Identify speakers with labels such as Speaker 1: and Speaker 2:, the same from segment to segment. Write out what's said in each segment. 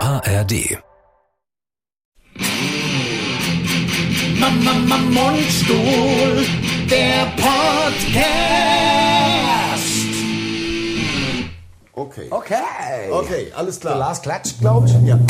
Speaker 1: ARD.
Speaker 2: Mundstuhl, der Podcast.
Speaker 3: Okay.
Speaker 4: Okay.
Speaker 3: Okay, alles klar.
Speaker 4: Der Lars klatscht, glaube ich.
Speaker 3: Ja.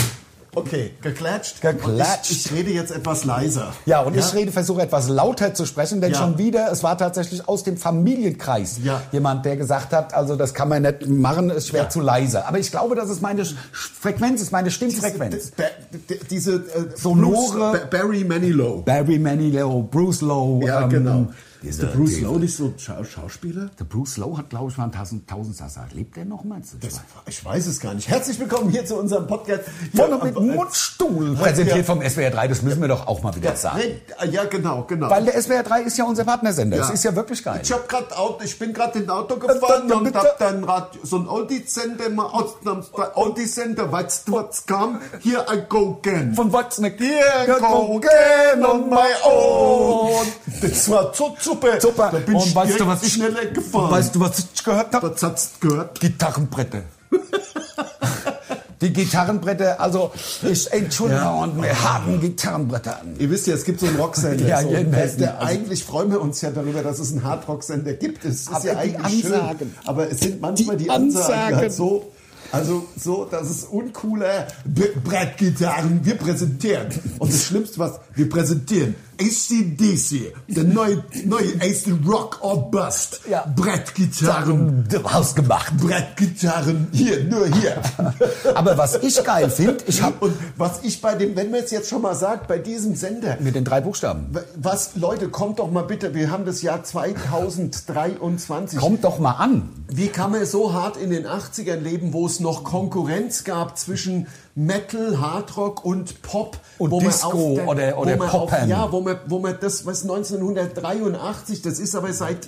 Speaker 3: Okay, geklatscht.
Speaker 4: Geklatscht.
Speaker 3: Und Ich, ich rede jetzt etwas leiser.
Speaker 4: Ja, und ich rede, versuche etwas lauter zu sprechen, denn
Speaker 3: Ja.
Speaker 4: schon wieder, es war tatsächlich aus dem Familienkreis
Speaker 3: Ja.
Speaker 4: jemand, der gesagt hat, also das kann man nicht machen, ist schwer
Speaker 3: Ja.
Speaker 4: zu leise. Aber ich glaube, das ist meine Sch- Frequenz, ist meine Stimmfrequenz.
Speaker 3: D- d- d- Diese äh,
Speaker 4: Sonore-
Speaker 3: Bruce- Ba- Barry Manilow.
Speaker 4: Barry Manilow, Bruce Lowe. ähm,
Speaker 3: Ja, genau. Ist
Speaker 4: Dieser,
Speaker 3: der Bruce
Speaker 4: dieser-
Speaker 3: Lowe nicht so ein Scha Schauspieler?
Speaker 4: Der Bruce Lowe hat, glaube ich, mal einen Tausend, Tausendsasser. Lebt er noch mal?
Speaker 3: Das, ich weiß es gar nicht. Herzlich willkommen hier zu unserem Podcast.
Speaker 4: Von und
Speaker 3: Ja,
Speaker 4: mit
Speaker 3: aber-
Speaker 4: Mundstuhl, präsentiert
Speaker 3: Ja.
Speaker 4: vom SWR 3, das müssen wir doch auch mal wieder
Speaker 3: Ja,
Speaker 4: sagen.
Speaker 3: nee, ja, genau, genau.
Speaker 4: Weil der SWR 3 ist ja unser Partnersender, das
Speaker 3: Ja.
Speaker 4: ist ja wirklich geil.
Speaker 3: Ich, hab grad Auto, ich bin gerade in Auto
Speaker 4: dann-
Speaker 3: gefahren
Speaker 4: dann
Speaker 3: und
Speaker 4: bitte.
Speaker 3: hab dann Radio, so ein Oldie-Sender, mal ausnahmsweise Oldie-Sender, weißt du, was kam? Hier, I go again.
Speaker 4: Von Watznick.
Speaker 3: Hier, go again on my own. Das war so super.
Speaker 4: Super.
Speaker 3: Da bin ich
Speaker 4: und weißt du,
Speaker 3: direkt
Speaker 4: was ich
Speaker 3: schneller gefahren.
Speaker 4: Weißt du, was ich gehört habe?
Speaker 3: was hat's gehört?
Speaker 4: Gitarrenbretter. Die Gitarrenbretter, also ich entschuldige
Speaker 3: Ja.
Speaker 4: und wir haben Gitarrenbretter an.
Speaker 3: Ihr wisst ja, es gibt so einen Rocksender.
Speaker 4: Ja,
Speaker 3: so,
Speaker 4: jeden
Speaker 3: der,
Speaker 4: Hessen. Also-
Speaker 3: der eigentlich freuen wir uns ja darüber, dass es einen Hardrock-Sender gibt. Es ist
Speaker 4: Aber
Speaker 3: ja
Speaker 4: die
Speaker 3: eigentlich
Speaker 4: Ansagen.
Speaker 3: schön. Aber es sind manchmal die,
Speaker 4: Die
Speaker 3: Ansagen,
Speaker 4: Ansagen.
Speaker 3: halt so. Also so, das ist uncooler B- Brettgitarren. Wir präsentieren. Und das Schlimmste, was wir präsentieren, ACDC, der neue, neue AC Rock or Bust.
Speaker 4: Ja.
Speaker 3: Brettgitarren,
Speaker 4: Hausgemacht.
Speaker 3: Brettgitarren, hier, nur hier.
Speaker 4: Aber was ich geil finde, ich habe
Speaker 3: Und was ich bei dem, wenn man es jetzt schon mal sagt, bei diesem Sender,
Speaker 4: mit den drei Buchstaben.
Speaker 3: was, Leute, kommt doch mal bitte, wir haben das Jahr 2023.
Speaker 4: Kommt doch mal an.
Speaker 3: Wie kann man so hart in den 80ern leben, wo es noch Konkurrenz gab zwischen Metal, Hardrock und Pop?
Speaker 4: Und
Speaker 3: wo man
Speaker 4: Disco
Speaker 3: auf der-
Speaker 4: oder- oder
Speaker 3: wo man auf,
Speaker 4: Poppern.
Speaker 3: Ja, wo man, wo man das, was 1983, das ist aber seit,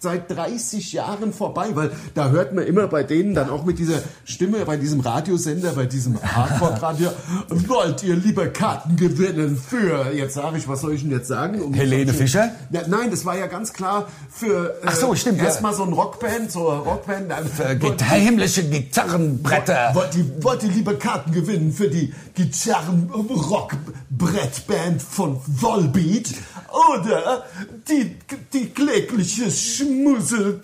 Speaker 3: seit 30 Jahren vorbei, weil da hört man immer bei denen dann auch mit dieser Stimme, bei diesem Radiosender, bei diesem Hardrock-Radio, wollt ihr lieber Karten gewinnen für, jetzt sage ich, was soll ich denn jetzt sagen? Um-
Speaker 4: Helene Fischer?
Speaker 3: Ja, nein, das war ja ganz klar für äh,
Speaker 4: Ach so, stimmt, ja.
Speaker 3: erstmal so ein Rockband, so eine Rockband. Dann,
Speaker 4: Gita himmlische äh, Gitarrenbretter.
Speaker 3: Wollt ihr, wollt ihr lieber Karten gewinnen für die Gitarren-Rock-Brettband von Volbeat oder die, die klägliche Schmusel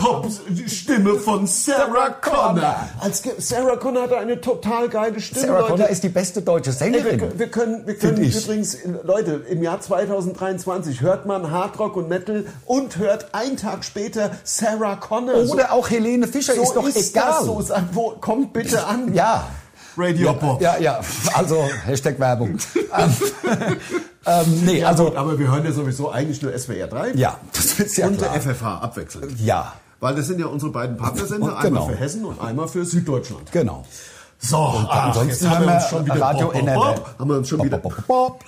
Speaker 3: Pop-Stimme von Sarah Connor? Als Ge- Sarah Connor hatte eine total geile Stimme.
Speaker 4: Sarah Connor
Speaker 3: Leute. Äh,
Speaker 4: ist die beste deutsche
Speaker 3: Ey, wir,
Speaker 4: Sängerin.
Speaker 3: können- wir können, wir
Speaker 4: Find
Speaker 3: können
Speaker 4: ich.
Speaker 3: übrigens, äh, Leute, im Jahr 2023 hört man Hardrock und Metal und hört einen Tag später Sarah Connor.
Speaker 4: Oder auch Helene Fischer,
Speaker 3: so,
Speaker 4: Oh, ist doch
Speaker 3: ist
Speaker 4: egal.
Speaker 3: Das, so sagt, wo, kommt bitte an.
Speaker 4: Ja.
Speaker 3: Radio Pop.
Speaker 4: Ja, ja, also Hashtag Werbung. ähm, ähm, nee, also,
Speaker 3: Aber wir hören ja sowieso eigentlich nur SWR 3.
Speaker 4: ja, das ist ja
Speaker 3: und
Speaker 4: klar.
Speaker 3: der FFH abwechselnd.
Speaker 4: Ja,
Speaker 3: Weil das sind ja unsere beiden Partnersender,
Speaker 4: Und
Speaker 3: einmal
Speaker 4: genau.
Speaker 3: für Hessen und einmal für Süddeutschland.
Speaker 4: genau.
Speaker 3: So, ach,
Speaker 4: ansonsten
Speaker 3: jetzt haben
Speaker 4: haben
Speaker 3: wir
Speaker 4: wir
Speaker 3: uns schon wieder
Speaker 4: Radio
Speaker 3: Bob, Bob,
Speaker 4: NRW.
Speaker 3: Bob, haben wir uns schon
Speaker 4: Bob,
Speaker 3: wieder
Speaker 4: Bob, Bob, Bob.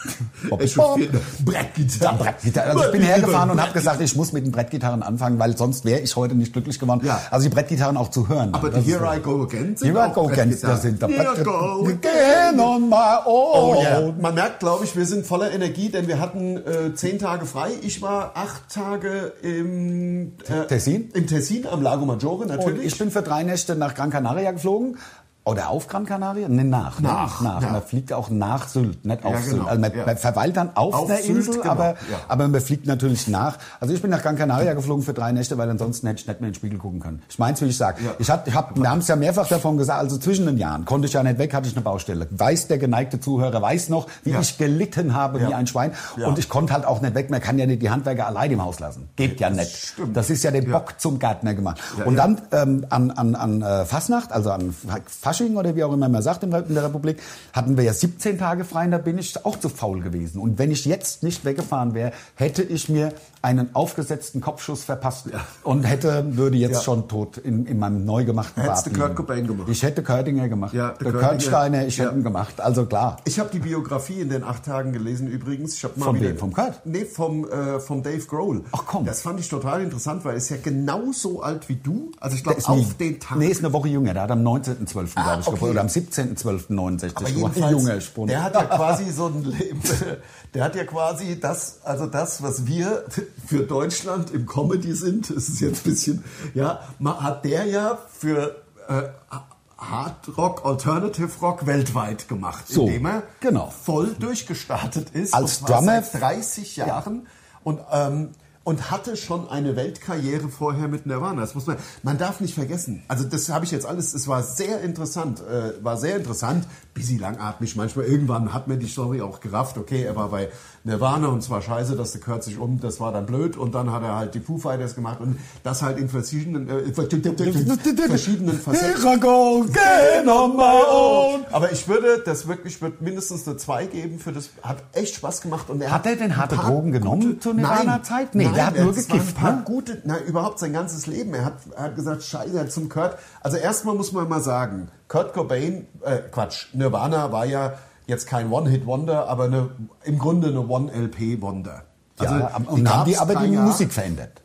Speaker 4: Bob,
Speaker 3: Ey, schon
Speaker 4: Bob.
Speaker 3: wieder Brettgitarre.
Speaker 4: Brettgitarre. Also ich bin hergefahren und habe gesagt, ich muss mit den Brettgitarren anfangen, weil sonst wäre ich heute nicht glücklich geworden.
Speaker 3: Ja.
Speaker 4: Also die Brettgitarren auch zu hören.
Speaker 3: Aber die
Speaker 4: Das ist
Speaker 3: Here
Speaker 4: so.
Speaker 3: I Go Again sind
Speaker 4: Here I
Speaker 3: auch
Speaker 4: Go Again,
Speaker 3: Brettgitarren.
Speaker 4: das sind da
Speaker 3: Here I Go
Speaker 4: Again on my
Speaker 3: Oh,
Speaker 4: own.
Speaker 3: ja. Man merkt, glaube ich, wir sind voller Energie, denn wir hatten äh, zehn Tage frei. Ich war acht Tage im äh,
Speaker 4: Tessin?
Speaker 3: Im Tessin am Lago Maggiore
Speaker 4: Und
Speaker 3: natürlich.
Speaker 4: ich bin für drei Nächte nach Gran Canaria geflogen. Oder auf Gran Canaria? Nee, nach. ne?
Speaker 3: Nach,
Speaker 4: Nach.
Speaker 3: ja.
Speaker 4: Man fliegt auch nach Sylt, nicht auf
Speaker 3: Ja,
Speaker 4: Sylt.
Speaker 3: genau,
Speaker 4: Also man,
Speaker 3: ja.
Speaker 4: man verweilt dann auf,
Speaker 3: Auf
Speaker 4: der
Speaker 3: Sylt,
Speaker 4: Insel,
Speaker 3: genau,
Speaker 4: aber,
Speaker 3: ja.
Speaker 4: aber man fliegt natürlich nach. Also ich bin nach Gran Canaria geflogen für drei Nächte, weil ansonsten hätte ich nicht mehr in den Spiegel gucken können. Ich meins, wie ich sage.
Speaker 3: Ja.
Speaker 4: Ich hab, ich hab, wir haben es ja mehrfach davon gesagt, also zwischen den Jahren konnte ich ja nicht weg, hatte ich eine Baustelle. Weiß der geneigte Zuhörer, weiß noch, wie
Speaker 3: Ja.
Speaker 4: ich gelitten habe
Speaker 3: Ja.
Speaker 4: wie ein Schwein.
Speaker 3: Ja.
Speaker 4: Und ich konnte halt auch nicht weg. Man kann ja nicht die Handwerker allein im Haus lassen. Geht ja nicht.
Speaker 3: stimmt.
Speaker 4: Das ist ja der Bock zum Gärtner gemacht.
Speaker 3: Ja,
Speaker 4: und
Speaker 3: ja.
Speaker 4: dann ähm, an, an, an äh, Fasnacht, also an Fa- Fasching oder wie auch immer man sagt in der, in der Republik, hatten wir ja 17 Tage frei und da bin ich auch zu faul gewesen. Und wenn ich jetzt nicht weggefahren wäre, hätte ich mir einen aufgesetzten Kopfschuss verpasst und hätte, würde jetzt
Speaker 3: Ja.
Speaker 4: schon tot in, in meinem neu gemachten
Speaker 3: Hättest du
Speaker 4: Garten
Speaker 3: Kurt
Speaker 4: liegen.
Speaker 3: Cobain gemacht.
Speaker 4: Ich hätte Körtinger gemacht.
Speaker 3: Ja, der
Speaker 4: der
Speaker 3: Körtinger.
Speaker 4: Körtsteiner, ich
Speaker 3: Ja.
Speaker 4: hätte ihn gemacht. Also klar.
Speaker 3: Ich habe die Biografie in den acht Tagen gelesen übrigens. Ich hab mal
Speaker 4: Von
Speaker 3: wieder,
Speaker 4: wem? Vom Kurt?
Speaker 3: Nee, vom, äh, vom Dave Grohl.
Speaker 4: Ach, komm.
Speaker 3: Das fand ich total interessant, weil er ist ja genauso alt wie du. Also ich glaube
Speaker 4: Ist
Speaker 3: auf
Speaker 4: nie-
Speaker 3: den Tag.
Speaker 4: Nee, ist eine Woche jünger. Der hat am 19.12.
Speaker 3: Ah,
Speaker 4: glaube ich
Speaker 3: okay.
Speaker 4: geboren. Oder am 17.12.69.
Speaker 3: Aber
Speaker 4: War
Speaker 3: jedenfalls,
Speaker 4: junger Spund.
Speaker 3: der hat ja quasi so ein Leben, der hat ja quasi das, also das, was wir für Deutschland im Comedy sind, das ist jetzt ein bisschen, ja, ma- hat der ja für äh, Hard Rock, Alternative Rock weltweit gemacht,
Speaker 4: So,
Speaker 3: indem er
Speaker 4: genau.
Speaker 3: voll durchgestartet ist.
Speaker 4: Als
Speaker 3: und zwar
Speaker 4: Drummer-
Speaker 3: seit 30 Jahren und ähm, und hatte schon eine Weltkarriere vorher mit Nirvana. Das muss man, man darf nicht vergessen. Also das habe ich jetzt alles. Es war sehr interessant, äh, war sehr interessant. Busy langatmig manchmal. Irgendwann hat mir die Story auch gerafft. Okay, er war bei Nirvana und zwar scheiße, dass du kürzt sich um. Das war dann blöd und dann hat er halt die Foo Fighters gemacht und das halt in verschiedenen äh, verschiedenen Facetten. Genau.
Speaker 4: Here I go again on my own.
Speaker 3: Aber ich würde das wirklich, ich würde mindestens eine 2 geben für das. Hat echt Spaß gemacht. Und er
Speaker 4: Hat er denn harte
Speaker 3: ein paar
Speaker 4: Drogen genommen
Speaker 3: gute-
Speaker 4: zu Nirvana Zeit? Nee,
Speaker 3: nein,
Speaker 4: der hat nur
Speaker 3: es waren
Speaker 4: gekifft,
Speaker 3: Ein paar
Speaker 4: ne?
Speaker 3: gute, na, überhaupt sein ganzes Leben. Er hat, er hat gesagt, Scheiße, er hat zum Kurt. Also erstmal muss man mal sagen, Kurt Cobain, äh, Quatsch, Nirvana war ja jetzt kein One-Hit-Wonder, aber eine, im Grunde eine Also One-LP-Wonder.
Speaker 4: ja, und Also haben die aber die Musik verändert.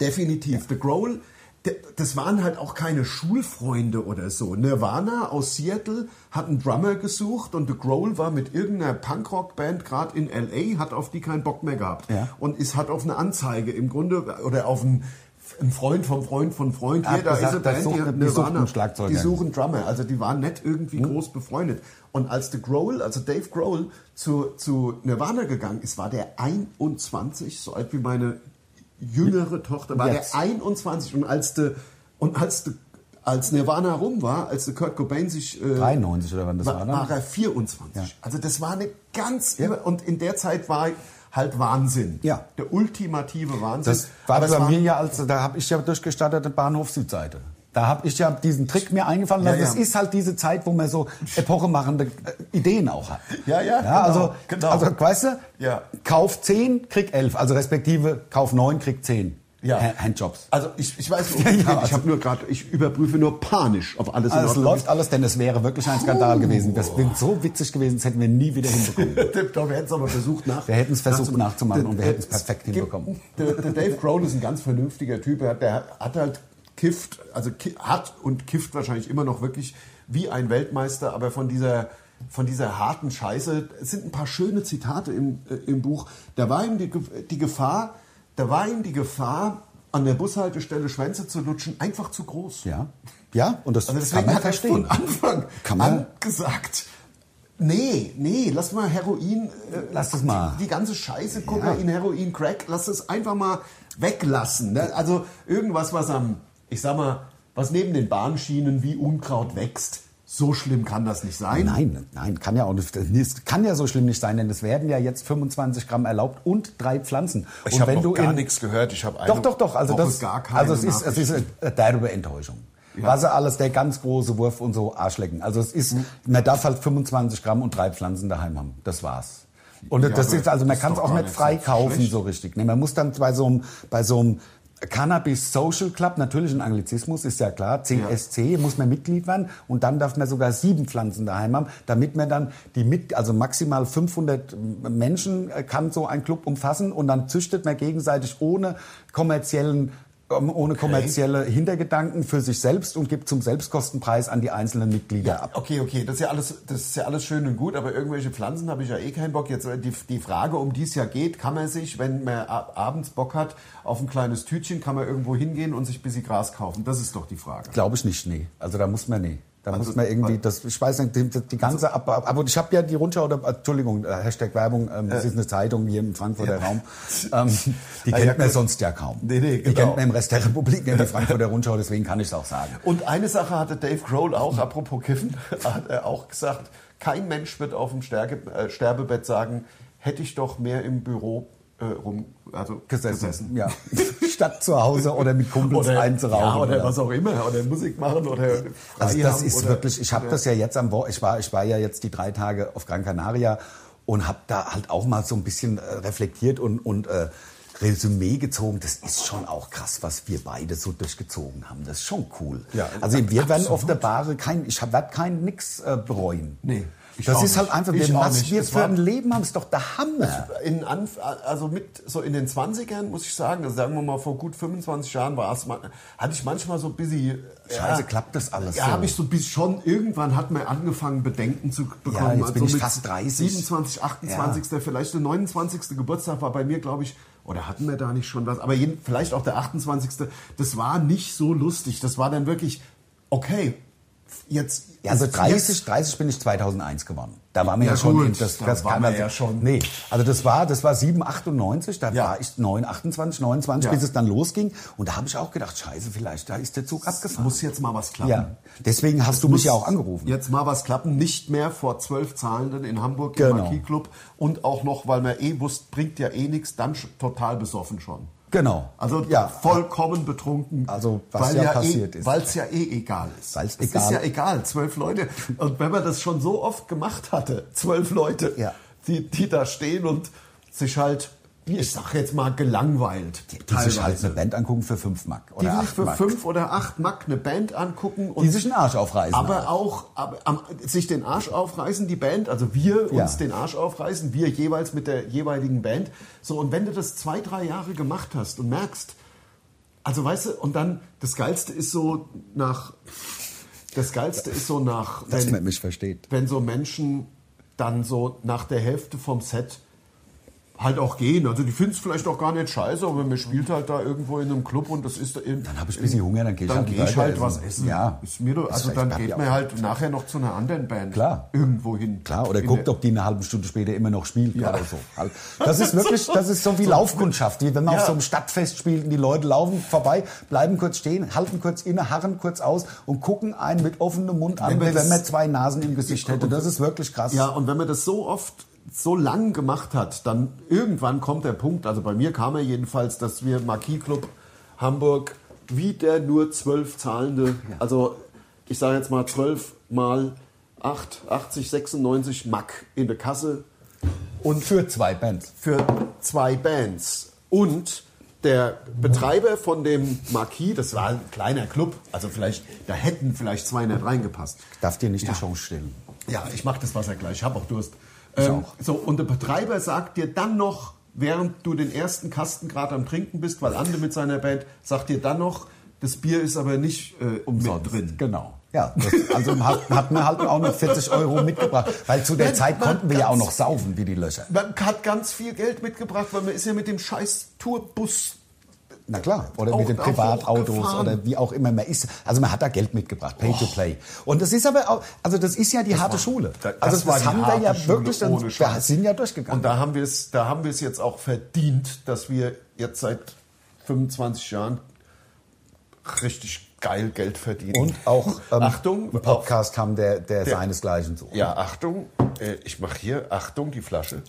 Speaker 3: Definitiv. The Growl, d- das waren halt auch keine Schulfreunde oder so. Nirvana aus Seattle hat einen Drummer gesucht und The Growl war mit irgendeiner Punkrock-Band gerade in L.A., hat auf die keinen Bock mehr gehabt.
Speaker 4: Ja.
Speaker 3: Und ist, hat auf eine Anzeige im Grunde oder auf einen, einen Freund vom Freund von Freund.
Speaker 4: Hat
Speaker 3: Hier, da
Speaker 4: gesagt,
Speaker 3: ist
Speaker 4: das
Speaker 3: eine Band,
Speaker 4: sucht-
Speaker 3: die hat
Speaker 4: die sucht
Speaker 3: Nirvana.
Speaker 4: einen Schlagzeuger.
Speaker 3: Die suchen Drummer. Also die waren nicht irgendwie
Speaker 4: Hm.
Speaker 3: groß befreundet. Und als The Growl, also Dave Grohl, zu, zu Nirvana gegangen ist, war der 21, so alt wie meine jüngere Tochter, war
Speaker 4: Hm. Jetzt.
Speaker 3: der 21 und als de, und als de, als Nirvana rum war, als de Kurt Cobain sich äh,
Speaker 4: 93 oder wann das war,
Speaker 3: war,
Speaker 4: ne?
Speaker 3: war er 24.
Speaker 4: Ja.
Speaker 3: Also das war eine ganz irre- und in der Zeit war halt Wahnsinn.
Speaker 4: Ja.
Speaker 3: Der ultimative Wahnsinn.
Speaker 4: Das war
Speaker 3: Aber es
Speaker 4: bei mir ja, als, da habe ich ja durchgestattet Bahnhof Südseite. Da habe ich ja diesen Trick mir eingefallen lassen.
Speaker 3: Ja, ja.
Speaker 4: Das ist halt diese Zeit, wo man so epochemachende äh, Ideen auch hat.
Speaker 3: Ja, ja, genau,
Speaker 4: also,
Speaker 3: genau.
Speaker 4: also, weißt du,
Speaker 3: Ja.
Speaker 4: kauf 10, krieg 11. Also respektive, kauf 9, krieg 10.
Speaker 3: Ja.
Speaker 4: Ha- Handjobs.
Speaker 3: Also ich, ich weiß nicht,
Speaker 4: Ja, ja,
Speaker 3: ich
Speaker 4: also-
Speaker 3: habe nur gerade, ich überprüfe nur panisch, ob alles in
Speaker 4: Alles
Speaker 3: Ordnung ist.
Speaker 4: Also läuft alles, denn es wäre wirklich ein Skandal gewesen. Das wäre so witzig gewesen, das hätten wir nie wieder hinbekommen.
Speaker 3: Tipp, wir hätten es aber versucht nach.
Speaker 4: Wir hätten's versucht nachzumachen
Speaker 3: Der-
Speaker 4: und wir
Speaker 3: der-
Speaker 4: hätten's perfekt
Speaker 3: gibt-
Speaker 4: hinbekommen.
Speaker 3: Der, der Dave Grohl ist ein ganz vernünftiger Typ. Er hat, der hat halt kifft, also ki hat und kifft wahrscheinlich immer noch wirklich wie ein Weltmeister, aber von dieser von dieser harten Scheiße. Es sind ein paar schöne Zitate im, äh, im Buch. Da war ihm die, Ge- die Gefahr, da war ihm die Gefahr, an der Bushaltestelle Schwänze zu lutschen, einfach zu groß.
Speaker 4: Ja, ja, und das
Speaker 3: Also
Speaker 4: kann
Speaker 3: deswegen
Speaker 4: man
Speaker 3: hat er
Speaker 4: verstehen.
Speaker 3: von Anfang
Speaker 4: Kann man-
Speaker 3: an gesagt, nee, nee, lass mal Heroin, äh,
Speaker 4: Lass das mal.
Speaker 3: Die, die ganze Scheiße, Kokain, Heroin, Crack, lass es einfach mal weglassen. Ne? Also irgendwas, was am, ich sag mal, was neben den Bahnschienen wie Unkraut wächst, so schlimm kann das nicht sein.
Speaker 4: Nein, nein, kann ja auch nicht. Es kann ja so schlimm nicht sein, denn es werden ja jetzt 25 Gramm erlaubt und drei Pflanzen. und
Speaker 3: hab
Speaker 4: wenn
Speaker 3: noch
Speaker 4: du in-
Speaker 3: gehört. Ich habe
Speaker 4: Doch, doch, doch. Also das,
Speaker 3: gar keine
Speaker 4: also es ist, es
Speaker 3: Nachricht.
Speaker 4: ist eine derbe Enttäuschung. Was er alles der ganz große Wurf und so Arschlecken. Also es
Speaker 3: Hm.
Speaker 4: ist, man darf halt 25 Gramm und drei Pflanzen daheim haben. Das war's. Und
Speaker 3: Ja,
Speaker 4: das
Speaker 3: aber
Speaker 4: ist also, man
Speaker 3: das ist
Speaker 4: kann es
Speaker 3: doch
Speaker 4: auch
Speaker 3: gar
Speaker 4: nicht
Speaker 3: nicht
Speaker 4: frei
Speaker 3: so
Speaker 4: kaufen
Speaker 3: schlecht.
Speaker 4: so richtig. Nee, man muss dann bei so einem, bei so einem Cannabis Social Club, natürlich ein Anglizismus, ist ja klar, CSC, muss man Mitglied werden und dann darf man sogar sieben Pflanzen daheim haben, damit man dann die mit, also maximal 500 Menschen äh, kann so ein Club umfassen und dann züchtet man gegenseitig ohne kommerziellen ähm, ohne kommerzielle Hintergedanken für sich selbst und gibt zum Selbstkostenpreis an die einzelnen Mitglieder ab.
Speaker 3: Okay, okay, das ist ja alles, das ist ja alles schön und gut, aber irgendwelche Pflanzen habe ich ja eh keinen Bock. Jetzt äh, die, die Frage, um die es ja geht, kann man sich, wenn man ab, abends Bock hat, auf ein kleines Tütchen, kann man irgendwo hingehen und sich ein bisschen Gras kaufen? Das ist doch die Frage.
Speaker 4: Glaube ich nicht, nee. Also da muss man, nee. Da
Speaker 3: Also,
Speaker 4: muss man irgendwie,
Speaker 3: weil-
Speaker 4: das, ich weiß nicht, die, die ganze, aber, aber ich habe ja die Rundschau, oder, Entschuldigung, äh, Hashtag Werbung, ähm, das ist eine Zeitung hier im Frankfurter Raum, ähm, die
Speaker 3: Ah,
Speaker 4: kennt
Speaker 3: ja,
Speaker 4: man
Speaker 3: gut.
Speaker 4: sonst ja kaum.
Speaker 3: Nee, nee,
Speaker 4: Die
Speaker 3: genau.
Speaker 4: kennt man im Rest der Republik, nicht, die Frankfurter Rundschau, deswegen kann ich es auch sagen.
Speaker 3: Und eine Sache hatte Dave Grohl auch, apropos Kiffen, hat er auch gesagt, kein Mensch wird auf dem Sterbe, äh, Sterbebett sagen, hätte ich doch mehr im Büro äh, rum, also gesessen.
Speaker 4: Ja. Statt zu Hause oder mit Kumpels einzurauchen.
Speaker 3: ja, oder, was auch immer, oder Musik machen oder frei
Speaker 4: Also das
Speaker 3: haben
Speaker 4: ist
Speaker 3: oder-
Speaker 4: wirklich, ich habe das ja jetzt am Wochenende, ich war, ich war ja jetzt die drei Tage auf Gran Canaria und habe da halt auch mal so ein bisschen äh, reflektiert und, und äh, Resümee gezogen. Das ist schon auch krass, was wir beide so durchgezogen haben. Das ist schon cool.
Speaker 3: Ja,
Speaker 4: also wir werden
Speaker 3: absolut.
Speaker 4: auf der Bahre kein, ich werde kein nix äh, bereuen.
Speaker 3: Nee, ich
Speaker 4: das
Speaker 3: auch
Speaker 4: ist halt
Speaker 3: nicht.
Speaker 4: einfach,
Speaker 3: Ich
Speaker 4: wir,
Speaker 3: auch
Speaker 4: was
Speaker 3: nicht.
Speaker 4: wir
Speaker 3: Es
Speaker 4: für
Speaker 3: war-
Speaker 4: ein Leben haben, ist doch der Hammer.
Speaker 3: in Anf also mit so in den 20ern muss ich sagen, also sagen wir mal vor gut 25 Jahren war es man- hatte ich manchmal so busy
Speaker 4: Scheiße, klappt das alles
Speaker 3: Ja,
Speaker 4: so?
Speaker 3: habe ich so bis schon irgendwann hat man angefangen Bedenken zu bekommen. Also
Speaker 4: jetzt bin ich
Speaker 3: mit
Speaker 4: fast 30.
Speaker 3: 27, 28, vielleicht der 29. Geburtstag war bei mir, glaube ich, oder hatten wir da nicht schon was, aber jeden, vielleicht auch der 28. Das war nicht so lustig, das war dann wirklich okay. jetzt.
Speaker 4: Ja, also
Speaker 3: jetzt-
Speaker 4: 30, 30 bin ich 2001 geworden. Da war mir ja,
Speaker 3: Ja,
Speaker 4: schon,
Speaker 3: gut,
Speaker 4: in- das,
Speaker 3: da
Speaker 4: das
Speaker 3: war
Speaker 4: kann
Speaker 3: man
Speaker 4: man-
Speaker 3: ja schon.
Speaker 4: Nee, also das war, das war 7, 98, da
Speaker 3: Ja.
Speaker 4: war ich 9, 28, 29,
Speaker 3: Ja.
Speaker 4: bis es dann losging. Und da habe ich auch gedacht, scheiße, vielleicht, da ist der Zug abgefahren.
Speaker 3: Muss jetzt mal was klappen.
Speaker 4: ja, deswegen hast du mich ja auch angerufen.
Speaker 3: Jetzt mal was klappen, nicht mehr vor zwölf Zahlenden in Hamburg im
Speaker 4: Genau.
Speaker 3: Marquis Club und auch noch, weil man eh wusste, bringt ja eh nichts, dann sch- total besoffen schon.
Speaker 4: Genau.
Speaker 3: Also
Speaker 4: ja,
Speaker 3: vollkommen betrunken.
Speaker 4: Also, was
Speaker 3: weil
Speaker 4: ja passiert
Speaker 3: eh,
Speaker 4: ist.
Speaker 3: Weil es ja eh egal ist.
Speaker 4: Weil's
Speaker 3: es
Speaker 4: egal-
Speaker 3: ist ja egal, zwölf Leute. Und wenn man das schon so oft gemacht hatte, zwölf Leute,
Speaker 4: Ja.
Speaker 3: die, die da stehen und sich halt, ich sag jetzt mal, gelangweilt.
Speaker 4: die sich halt eine Band angucken für 5 Mark
Speaker 3: die
Speaker 4: oder
Speaker 3: sich
Speaker 4: 8
Speaker 3: für
Speaker 4: Mark.
Speaker 3: fünf oder acht Mark eine Band angucken und
Speaker 4: die sich einen Arsch aufreißen. halt.
Speaker 3: aber auch aber, am, sich den Arsch aufreißen, die Band, also wir
Speaker 4: Ja.
Speaker 3: uns den Arsch aufreißen, wir jeweils mit der jeweiligen Band. So, und wenn du das zwei, drei Jahre gemacht hast und merkst, also weißt du, und dann das Geilste ist so nach, das Geilste ist so nach,
Speaker 4: dass man
Speaker 3: wenn,
Speaker 4: mich versteht.
Speaker 3: wenn so Menschen dann so nach der Hälfte vom Set halt auch gehen. Also die finden es vielleicht auch gar nicht scheiße, aber man spielt halt da irgendwo in einem Club und das ist in,
Speaker 4: Dann hab ich ein bisschen Hunger, dann geh ich
Speaker 3: dann
Speaker 4: halt einen
Speaker 3: geh ich
Speaker 4: Burger
Speaker 3: halt
Speaker 4: essen.
Speaker 3: was essen.
Speaker 4: Ja.
Speaker 3: Ist mir doch,
Speaker 4: Ist
Speaker 3: also
Speaker 4: vielleicht
Speaker 3: dann
Speaker 4: bei mir
Speaker 3: geht
Speaker 4: auch.
Speaker 3: man halt nachher noch zu einer anderen Band.
Speaker 4: Klar.
Speaker 3: Irgendwo hin.
Speaker 4: Klar, oder
Speaker 3: In
Speaker 4: guckt,
Speaker 3: der-
Speaker 4: ob die eine halbe Stunde später immer noch spielt
Speaker 3: Ja.
Speaker 4: oder so. Halt. Das ist wirklich, das ist so wie Laufkundschaft, wie wenn man
Speaker 3: Ja.
Speaker 4: auf so einem Stadtfest spielt und die Leute laufen vorbei, bleiben kurz stehen, halten kurz inne, harren kurz aus und gucken einen mit offenem Mund an,
Speaker 3: Wenn man
Speaker 4: wie wenn
Speaker 3: das-
Speaker 4: man zwei Nasen im Gesicht hätte. Das ist wirklich krass.
Speaker 3: Ja, und wenn man das so oft so lang gemacht hat, dann irgendwann kommt der Punkt, also bei mir kam er jedenfalls, dass wir Marquis Club Hamburg wieder nur zwölf Zahlende, also ich sage jetzt mal zwölf mal 8, 80, 96 Mack in der Kasse
Speaker 4: Und für zwei Bands.
Speaker 3: für zwei Bands. Und der Betreiber von dem Marquis, das war ein kleiner Club, also vielleicht, da hätten vielleicht 200 reingepasst.
Speaker 4: Darf dir nicht die Chance stellen.
Speaker 3: Ja, ich mach das Wasser gleich, ich habe auch Durst.
Speaker 4: Ich
Speaker 3: Ähm,
Speaker 4: auch.
Speaker 3: so, und der Betreiber sagt dir dann noch, während du den ersten Kasten gerade am Trinken bist, weil Ande mit seiner Band sagt dir dann noch, das Bier ist aber nicht äh, umsonst drin.
Speaker 4: Genau. Ja, das, also hat, hat man halt auch noch 40 Euro mitgebracht, weil zu der
Speaker 3: Wenn
Speaker 4: Zeit
Speaker 3: man
Speaker 4: konnten wir ja auch
Speaker 3: ganz-
Speaker 4: noch saufen wie die Löcher.
Speaker 3: Man hat ganz viel Geld mitgebracht, weil man ist ja mit dem scheiß Tourbus
Speaker 4: Na klar, oder
Speaker 3: Auch-
Speaker 4: mit den
Speaker 3: auch
Speaker 4: Privatautos
Speaker 3: hochgefahren.
Speaker 4: oder wie auch immer man ist. Also man hat da Geld mitgebracht, Pay to Play. Und das ist aber auch, also das ist ja die harte Schule.
Speaker 3: Da-
Speaker 4: also das,
Speaker 3: war die
Speaker 4: haben wir
Speaker 3: harte
Speaker 4: ja
Speaker 3: Schule
Speaker 4: wirklich, dann,
Speaker 3: ohne
Speaker 4: wir
Speaker 3: Scheiß.
Speaker 4: sind ja durchgegangen.
Speaker 3: Und da haben wir es, da haben wir es jetzt auch verdient, dass wir jetzt seit 25 Jahren richtig geil Geld verdienen.
Speaker 4: Und auch ähm,
Speaker 3: Achtung,
Speaker 4: einen Podcast haben der, der,
Speaker 3: Der-
Speaker 4: seinesgleichen so.
Speaker 3: ja Achtung, äh, ich mache hier Achtung die Flasche.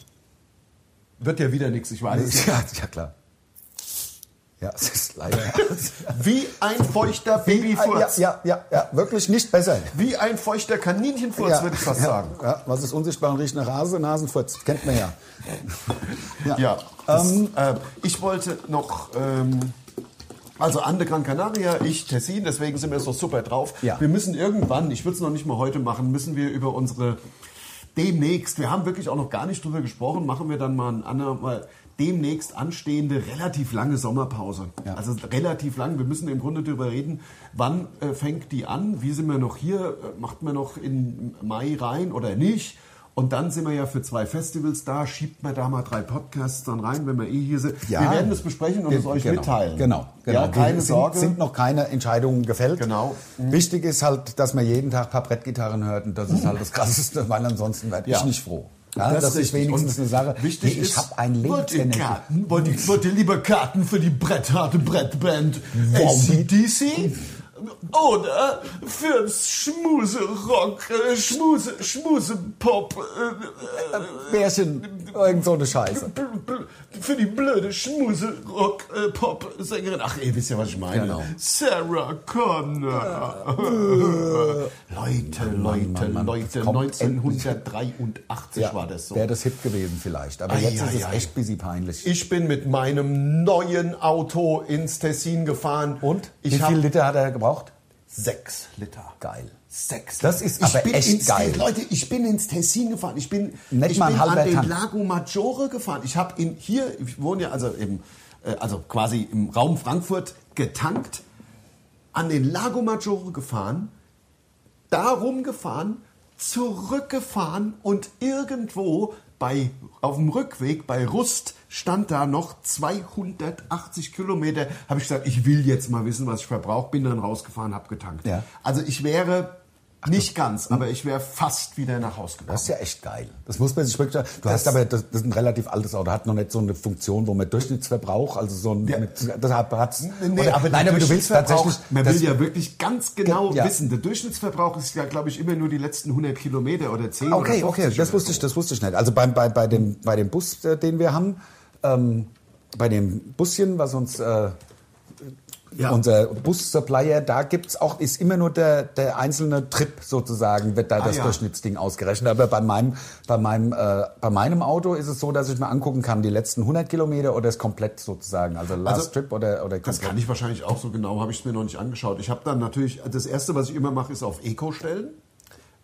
Speaker 3: Wird ja wieder nichts, ich weiß.
Speaker 4: ja, ja klar. Ja, es ist leider. Ah,
Speaker 3: Wie ein feuchter
Speaker 4: ja,
Speaker 3: Babyfurz,
Speaker 4: ja, ja, ja, wirklich nicht besser.
Speaker 3: wie ein feuchter Kaninchenfurz, würde ich fast
Speaker 4: ja,
Speaker 3: sagen.
Speaker 4: Ja, was ist unsichtbar und riecht nach Hase? Nasenfurz, kennt man ja.
Speaker 3: Ja, das, äh, ich wollte noch, ähm, also Ande Gran Canaria, ich Tessin, deswegen sind wir so super drauf.
Speaker 4: Ja.
Speaker 3: Wir müssen irgendwann, ich würde es noch nicht mal heute machen, müssen wir über unsere demnächst, wir haben wirklich auch noch gar nicht drüber gesprochen, machen wir dann mal ein andermal demnächst anstehende relativ lange Sommerpause.
Speaker 4: Ja.
Speaker 3: Also relativ lang, wir müssen im Grunde darüber reden, wann äh, fängt die an, wie sind wir noch hier, äh, macht man noch in Mai rein oder nicht? Und dann sind wir ja für zwei Festivals da, schiebt man da mal drei Podcasts dann rein, wenn wir eh hier sind.
Speaker 4: Ja.
Speaker 3: Wir werden es besprechen und es euch
Speaker 4: genau,
Speaker 3: mitteilen.
Speaker 4: Genau, genau.
Speaker 3: Ja, keine
Speaker 4: sind,
Speaker 3: Sorge.
Speaker 4: Sind noch keine Entscheidungen gefällt.
Speaker 3: Genau.
Speaker 4: Wichtig ist halt, dass man jeden Tag ein paar Brettgitarren hört und das ist halt das Krasseste, weil ansonsten werde ich
Speaker 3: Ja.
Speaker 4: nicht froh. Ja, das,
Speaker 3: Das
Speaker 4: ist
Speaker 3: richtig.
Speaker 4: wenigstens
Speaker 3: Und
Speaker 4: eine Sache.
Speaker 3: Wichtig
Speaker 4: nee,
Speaker 3: ist,
Speaker 4: ich habe ein
Speaker 3: wollt ihr,
Speaker 4: Lebensenergie.
Speaker 3: Karten, wollt, ihr, wollt ihr lieber Karten für die brettharte Brettband ACDC? Oder fürs Schmuse-Rock, äh, Schmuse, Schmuse-Pop, äh, äh,
Speaker 4: Bärchen, irgend so eine Scheiße.
Speaker 3: bl- bl- für die blöde Schmuse-Rock-Pop-Sängerin. Ach, ihr wisst ja, was ich meine.
Speaker 4: Genau.
Speaker 3: Sarah Connor. Leute, Leute,
Speaker 4: Äh. Mann, Mann,
Speaker 3: Leute,
Speaker 4: das kommt
Speaker 3: 1983 war das so.
Speaker 4: Wäre das hip gewesen vielleicht. Aber
Speaker 3: Ei,
Speaker 4: jetzt ist
Speaker 3: ei,
Speaker 4: es
Speaker 3: ei.
Speaker 4: echt busy peinlich.
Speaker 3: Ich bin mit meinem neuen Auto ins Tessin gefahren.
Speaker 4: und?
Speaker 3: Ich
Speaker 4: Wie viel
Speaker 3: habe
Speaker 4: Liter hat er gebraucht?
Speaker 3: sechs Liter.
Speaker 4: Geil.
Speaker 3: Sechs.
Speaker 4: Das ist aber
Speaker 3: bin
Speaker 4: echt
Speaker 3: ins,
Speaker 4: geil.
Speaker 3: Leute, ich bin ins Tessin gefahren. Ich bin,
Speaker 4: Nicht
Speaker 3: ich
Speaker 4: mal ein
Speaker 3: bin
Speaker 4: halber
Speaker 3: an den
Speaker 4: Tank.
Speaker 3: Lago Maggiore gefahren. Ich habe in hier, ich wohne ja also im, äh, also quasi im Raum Frankfurt getankt, an den Lago Maggiore gefahren, da rumgefahren, zurückgefahren und irgendwo bei, auf dem Rückweg bei Rust stand da noch 280 Kilometer. Habe ich gesagt, ich will jetzt mal wissen, was ich verbrauche. Bin dann rausgefahren, habe getankt.
Speaker 4: Ja. Hm?
Speaker 3: Also ich wäre Nicht ganz, aber ich wäre fast wieder nach Hause gekommen.
Speaker 4: Das ist ja echt geil. Das muss man sich wirklich. Du hast aber das, das ist ein relativ altes Auto, hat noch nicht so eine Funktion, wo man Durchschnittsverbrauch, also so ein.
Speaker 3: Ja.
Speaker 4: Mit, das hat, hat's,
Speaker 3: Nee,
Speaker 4: oder,
Speaker 3: aber
Speaker 4: nein,
Speaker 3: der
Speaker 4: aber du willst
Speaker 3: Durchschnittsverbrauch-
Speaker 4: tatsächlich.
Speaker 3: Man
Speaker 4: das-
Speaker 3: will ja wirklich ganz genau
Speaker 4: Ja.
Speaker 3: wissen. Der Durchschnittsverbrauch ist ja, glaube ich, immer nur die letzten 100 Kilometer oder 10 oder
Speaker 4: Ah, Okay,
Speaker 3: 50
Speaker 4: okay, das
Speaker 3: oder
Speaker 4: wusste
Speaker 3: so.
Speaker 4: ich, das wusste ich nicht. Also beim, bei, bei, dem, bei dem Bus, äh, den wir haben, ähm, bei dem Buschen, was uns äh,
Speaker 3: Ja.
Speaker 4: unser Bus-Supplier da gibt's auch, ist immer nur der, der einzelne Trip sozusagen, wird da das
Speaker 3: Ah, ja.
Speaker 4: Durchschnittsding ausgerechnet. Aber bei meinem, bei, meinem, äh, bei meinem Auto ist es so, dass ich mir angucken kann, die letzten 100 Kilometer oder ist komplett sozusagen, also Last
Speaker 3: Also,
Speaker 4: Trip oder, oder
Speaker 3: Das
Speaker 4: komplett.
Speaker 3: kann ich wahrscheinlich auch so genau, habe ich es mir noch nicht angeschaut. Ich habe dann natürlich, das Erste, was ich immer mache, ist auf Eco stellen.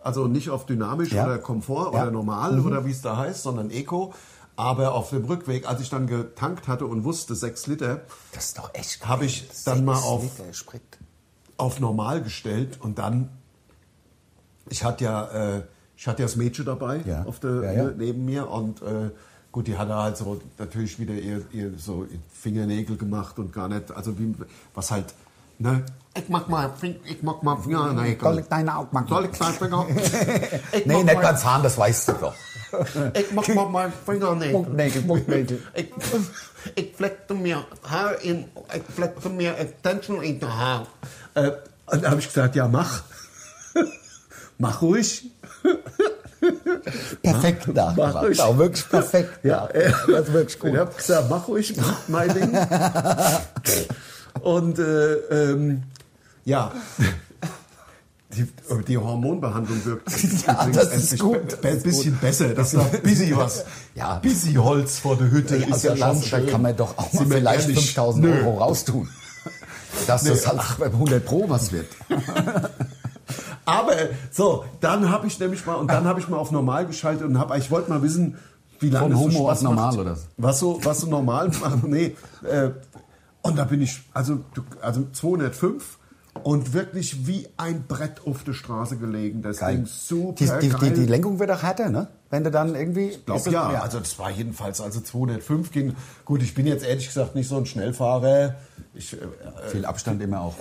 Speaker 3: Also nicht auf dynamisch
Speaker 4: Ja.
Speaker 3: oder Komfort
Speaker 4: Ja. Mhm.
Speaker 3: oder normal oder wie es da heißt, sondern Eco. Aber auf dem Rückweg, als ich dann getankt hatte und wusste, 6 Liter,
Speaker 4: Das ist doch echt
Speaker 3: Habe
Speaker 4: geil.
Speaker 3: ich dann mal
Speaker 4: Sechs
Speaker 3: auf-
Speaker 4: Liter Sprit.
Speaker 3: auf normal gestellt und dann, ich hatte ja, äh, ich hatte ja das Mädchen dabei
Speaker 4: Ja.
Speaker 3: auf der,
Speaker 4: Ja, ja.
Speaker 3: ne, neben mir und äh, gut, die hat da halt so natürlich wieder ihr, ihr so ihr Fingernägel gemacht und gar nicht, also wie, was halt, ne, ich mag mal, Fing- ich mag mal, ja, nee,
Speaker 4: Soll ich deine Augen machen?
Speaker 3: soll ich deinen Finger, ich
Speaker 4: Nee,
Speaker 3: mag
Speaker 4: nicht
Speaker 3: mal-
Speaker 4: beim Fahren, das weißt du doch.
Speaker 2: Ich mach mal meinen Fingernägel.
Speaker 4: Punktnägel, Punktnägel.
Speaker 2: Ich, ich fleckte mir Haar in, ich fleckte mir Extension in die Haar.
Speaker 3: Äh, und da habe ich gesagt, ja, mach. mach ruhig.
Speaker 4: Perfekt
Speaker 3: Mach
Speaker 4: nachgemacht.
Speaker 3: ich.
Speaker 4: Auch wirklich perfekt.
Speaker 3: Ja,
Speaker 4: nachgemacht. das ist wirklich
Speaker 3: Ich
Speaker 4: gut.
Speaker 3: habe gesagt, mach ruhig, mach mein Ding. Und äh, ähm, ja, die, oh, die Hormonbehandlung wirkt
Speaker 4: Ja,
Speaker 3: übrigens
Speaker 4: das ist
Speaker 3: endlich
Speaker 4: gut,
Speaker 3: be- be- ein
Speaker 4: das ist
Speaker 3: bisschen besser. Das ist ein bisschen was.
Speaker 4: Ja.
Speaker 3: Bisschen Holz vor der Hütte ist
Speaker 4: Also
Speaker 3: ja schon
Speaker 4: Lars, da
Speaker 3: schön.
Speaker 4: kann man doch auch mal
Speaker 3: Sind wir
Speaker 4: vielleicht
Speaker 3: ehrlich?
Speaker 4: 5000
Speaker 3: Nö.
Speaker 4: Euro raustun. Dass das halt 100 Pro was wird.
Speaker 3: Aber so, dann habe ich nämlich mal und dann habe ich mal auf normal geschaltet und habe ich wollte mal wissen, wie lange
Speaker 4: Von
Speaker 3: es so
Speaker 4: Homo
Speaker 3: Spaß
Speaker 4: auf normal
Speaker 3: macht.
Speaker 4: oder so?
Speaker 3: Was so was so normal macht. Nee, äh, und da bin ich also du- also 205 und wirklich wie ein Brett auf der Straße gelegen. Das Ding super
Speaker 4: Die, die, die,
Speaker 3: geil.
Speaker 4: die Lenkung wird auch härter, ne? Wenn du dann irgendwie.
Speaker 3: Glaub
Speaker 4: ist es-
Speaker 3: ja, also das war jedenfalls, also 205 ging, gut, ich bin jetzt ehrlich gesagt nicht so ein Schnellfahrer, ich, äh,
Speaker 4: viel Abstand immer auch.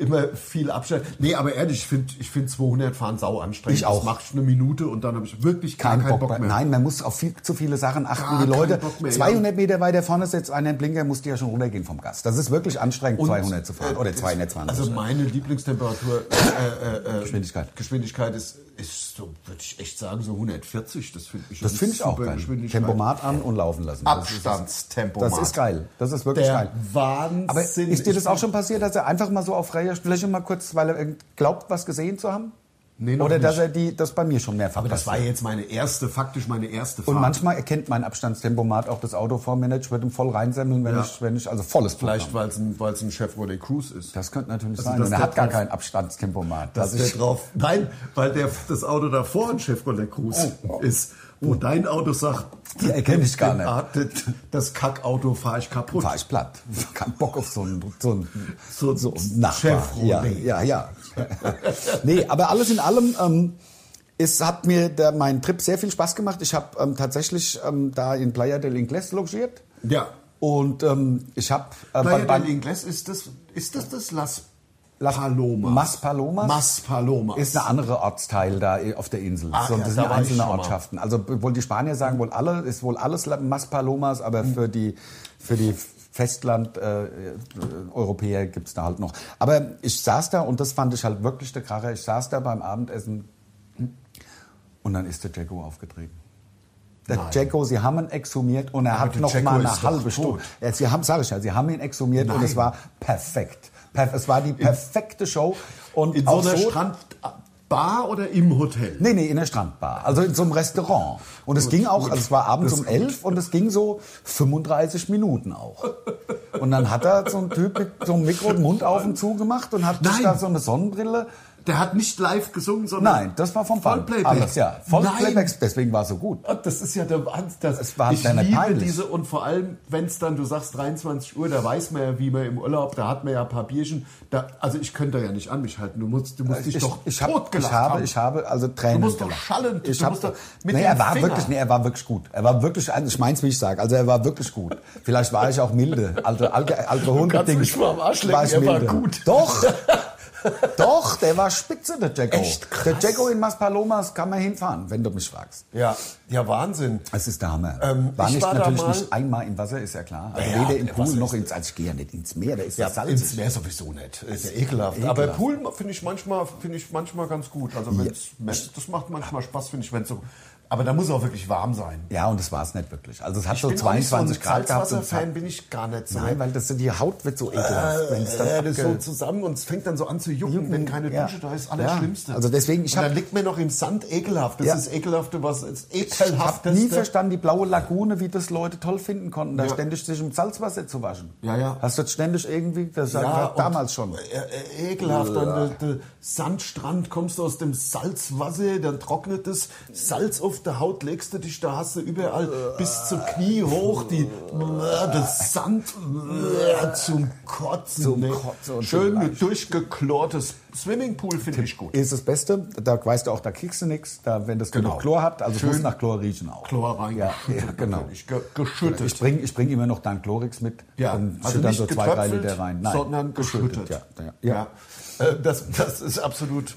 Speaker 3: immer viel Abstand. Nee, aber ehrlich, ich finde ich find 200 fahren sau anstrengend.
Speaker 4: Ich auch.
Speaker 3: Das mache ich eine Minute und dann habe ich wirklich gar
Speaker 4: Kein
Speaker 3: keinen
Speaker 4: Bock,
Speaker 3: Bock,
Speaker 4: mehr.
Speaker 3: mehr.
Speaker 4: Nein, man muss auf viel zu viele Sachen achten.
Speaker 3: Gar
Speaker 4: die
Speaker 3: keinen
Speaker 4: Leute,
Speaker 3: Bock mehr, ja.
Speaker 4: 200 Meter weiter vorne sitzt einer im Blinker, muss die ja schon runtergehen vom Gas. Das ist wirklich anstrengend, 200 zu fahren.
Speaker 3: äh,
Speaker 4: Oder
Speaker 3: das-
Speaker 4: 220.
Speaker 3: Also meine Lieblingstemperatur, äh, äh, äh,
Speaker 4: Geschwindigkeit.
Speaker 3: Geschwindigkeit ist, ist so, würde ich echt sagen, so 140. Das finde ich,
Speaker 4: das
Speaker 3: eine
Speaker 4: finde ich auch
Speaker 3: super
Speaker 4: geil.
Speaker 3: Geschwindigkeit.
Speaker 4: Tempomat an und laufen lassen. Das ist-
Speaker 3: Abstandstempomat.
Speaker 4: Das ist geil. Das ist wirklich
Speaker 3: Der
Speaker 4: geil.
Speaker 3: Wahnsinn.
Speaker 4: Aber ist dir das
Speaker 3: Ich-
Speaker 4: auch schon passiert, dass er einfach mal so auf freier Fläche mal kurz, weil er irgend- glaubt, was gesehen zu haben?
Speaker 3: Nee, noch
Speaker 4: Oder dass
Speaker 3: nicht.
Speaker 4: er die, das bei mir schon mehrfach
Speaker 3: Aber das war
Speaker 4: passiert.
Speaker 3: jetzt meine erste, faktisch meine erste Fahrt.
Speaker 4: Und manchmal erkennt mein Abstandstempomat auch das Auto vor mir nicht. Ich würde ihm voll reinsemmeln, wenn,
Speaker 3: Ja.
Speaker 4: ich, wenn ich, also volles
Speaker 3: Vielleicht,
Speaker 4: Programm.
Speaker 3: weil es ein, weil's ein Chevrolet Cruze ist.
Speaker 4: Das könnte natürlich
Speaker 3: Also,
Speaker 4: sein.
Speaker 3: dass
Speaker 4: Und er
Speaker 3: der
Speaker 4: hat gar
Speaker 3: drauf-
Speaker 4: kein Abstandstempomat.
Speaker 3: dass
Speaker 4: Das
Speaker 3: der
Speaker 4: ist
Speaker 3: drauf. Nein, weil der, das Auto davor ein Chevrolet Cruze ist, wo dein Auto sagt,
Speaker 4: Oh, Die erkenne ich gar nicht.
Speaker 3: nicht. Das Kackauto fahre ich kaputt.
Speaker 4: fahr ich platt. Kein Bock auf so einen, so einen
Speaker 3: So,
Speaker 4: so Nachbar. Ja,
Speaker 3: Chevrolet.
Speaker 4: ja, ja. nee, aber alles in allem, ähm, es hat mir der, mein Trip sehr viel Spaß gemacht. Ich habe ähm, tatsächlich ähm, da in Playa del Inglés logiert
Speaker 3: Ja.
Speaker 4: und ähm, ich habe äh,
Speaker 3: Playa
Speaker 4: bei, bei
Speaker 3: del Inglés ist das, ist das das Las
Speaker 4: Las-
Speaker 3: Palomas?
Speaker 4: Mas Palomas?
Speaker 3: Mas Palomas.
Speaker 4: ist ein anderer Ortsteil da eh, auf der Insel.
Speaker 3: Ah,
Speaker 4: so,
Speaker 3: ja,
Speaker 4: das sind
Speaker 3: da war ich
Speaker 4: einzelne
Speaker 3: schon mal.
Speaker 4: Ortschaften. Also wohl die Spanier sagen wohl alle, ist wohl alles La- Mas Palomas, aber
Speaker 3: Hm.
Speaker 4: für die für die Festland äh, äh, Europäer gibt's da halt noch. Aber ich saß da und das fand ich halt wirklich der Kracher. Ich saß da beim Abendessen und dann ist der Jacko aufgetreten. Der
Speaker 3: Nein.
Speaker 4: Jacko, sie haben ihn exhumiert und er hat
Speaker 3: der
Speaker 4: noch
Speaker 3: Jacko
Speaker 4: mal
Speaker 3: ist
Speaker 4: eine
Speaker 3: doch
Speaker 4: halbe
Speaker 3: tot.
Speaker 4: Stunde. Ja, Sie haben, sag ich ja, sie haben ihn exhumiert und
Speaker 3: Nein.
Speaker 4: es war perfekt. Perf es war die perfekte Show und
Speaker 3: in so
Speaker 4: auch
Speaker 3: einer Strandbar oder im Hotel?
Speaker 4: Nee, nee, in der Strandbar. Also in so einem Restaurant. Und es ging auch, also es war abends um elf und es ging so 35 Minuten auch. Und dann hat da so ein Typ mit so einem Mikro den Mund auf und zu gemacht und hat sich
Speaker 3: Nein.
Speaker 4: da so eine Sonnenbrille.
Speaker 3: Der hat nicht live gesungen, sondern.
Speaker 4: Nein, das war vom Band.
Speaker 3: Vollplayback.
Speaker 4: Alles, ja. Voll
Speaker 3: Nein.
Speaker 4: Playback. Deswegen war es so gut.
Speaker 3: Ah, Das ist ja der Wahnsinn. Das,
Speaker 4: Es war
Speaker 3: ich
Speaker 4: deiner
Speaker 3: liebe
Speaker 4: peinlich.
Speaker 3: diese und vor allem, wenn es dann, du sagst 23 Uhr, da weiß man ja, wie man im Urlaub, da hat man ja ein paar Bierchen. Da, also ich könnte da ja nicht an mich halten. Du musst, du musst dich doch
Speaker 4: hab-
Speaker 3: totgelacht
Speaker 4: ich habe,
Speaker 3: haben.
Speaker 4: ich habe also Tränen.
Speaker 3: Du musst doch
Speaker 4: gelacht.
Speaker 3: schallend,
Speaker 4: Ich
Speaker 3: du
Speaker 4: habe,
Speaker 3: musst doch mit
Speaker 4: nee,
Speaker 3: dem
Speaker 4: er war
Speaker 3: Finger.
Speaker 4: wirklich, nee, er war wirklich gut. Er war wirklich, ein- ich mein's, wie ich sage. Also er war wirklich gut. Vielleicht war ich auch milde, alte, alte, alte Hunde.
Speaker 3: kannst mich mal am Arsch lecken,
Speaker 4: war ich
Speaker 3: er war
Speaker 4: milde.
Speaker 3: gut.
Speaker 4: Doch. Doch, der war spitze, der Jacko.
Speaker 3: Echt krass.
Speaker 4: Der Jacko in Maspalomas kann man hinfahren, wenn du mich fragst.
Speaker 3: Ja, ja, Wahnsinn.
Speaker 4: Es ist der Hammer.
Speaker 3: Ähm,
Speaker 4: war
Speaker 3: ich
Speaker 4: nicht
Speaker 3: war da
Speaker 4: natürlich
Speaker 3: mal-
Speaker 4: nicht einmal im Wasser, ist ja klar. Also
Speaker 3: Ja,
Speaker 4: weder im
Speaker 3: ja,
Speaker 4: Pool
Speaker 3: Wasser
Speaker 4: noch
Speaker 3: ist-
Speaker 4: ins, also ich gehe ja nicht ins Meer, da ist
Speaker 3: Ja,
Speaker 4: das salzig.
Speaker 3: ins Meer sowieso nicht. Ist ja ekelhaft.
Speaker 4: ekelhaft.
Speaker 3: Aber Pool finde ich manchmal finde ich manchmal ganz gut. Also wenn's, das macht manchmal Spaß, finde ich, wenn so. Aber da muss auch wirklich warm sein.
Speaker 4: Ja, und das war es nicht wirklich. Also es hat
Speaker 3: Ich
Speaker 4: so
Speaker 3: bin auch nicht
Speaker 4: 22
Speaker 3: so
Speaker 4: Grad gehabt. Und es hat,
Speaker 3: Salzwasser-Fan bin ich gar nicht so.
Speaker 4: nein, weil das, die Haut wird so ekelhaft, wenn es dann
Speaker 3: Ne? Äh, das so
Speaker 4: abge-
Speaker 3: zusammen und es fängt dann so an zu jucken,
Speaker 4: Jucken,
Speaker 3: wenn keine
Speaker 4: ja.
Speaker 3: Dusche da ist, allerschlimmste.
Speaker 4: Ja, also deswegen, ich
Speaker 3: und
Speaker 4: hab-
Speaker 3: dann liegt mir noch im Sand ekelhaft. Das
Speaker 4: Ja.
Speaker 3: ist ekelhafte, was ist
Speaker 4: Ich habe
Speaker 3: ekelhafteste.
Speaker 4: nie verstanden, die blaue Lagune, wie das Leute toll finden konnten, da
Speaker 3: Ja.
Speaker 4: ständig sich im Salzwasser zu waschen.
Speaker 3: Ja, ja.
Speaker 4: Hast du das ständig irgendwie, das
Speaker 3: Ja,
Speaker 4: war
Speaker 3: und-
Speaker 4: damals schon.
Speaker 3: Äh, äh, ekelhaft. Dann der, der Sandstrand, kommst du aus dem Salzwasser, dann trocknet das Salz auf der Haut, legst du dich, da hast du überall bis zum Knie hoch, die, das Sand äh, zum Kotzen.
Speaker 4: Zum
Speaker 3: ne?
Speaker 4: Kotzen und
Speaker 3: Schön
Speaker 4: zum
Speaker 3: mit durchgeklortes Swimmingpool finde ich gut.
Speaker 4: Ist das Beste, da weißt du auch, da kriegst du nichts, da, wenn das
Speaker 3: Genau.
Speaker 4: genug Chlor hat, also es
Speaker 3: Schön
Speaker 4: muss nach Chlor riechen auch.
Speaker 3: Chlor rein.
Speaker 4: Ja, ja genau.
Speaker 3: Ich ge geschüttet.
Speaker 4: Ich bringe ich bring immer noch dann Chlorix mit
Speaker 3: Ja,
Speaker 4: und
Speaker 3: also
Speaker 4: schütte dann
Speaker 3: nicht
Speaker 4: so zwei, drei
Speaker 3: getröpfelt,
Speaker 4: Liter rein.
Speaker 3: sondern geschüttet.
Speaker 4: Ja, ja. ja.
Speaker 3: Ja, Äh, das, das ist absolut,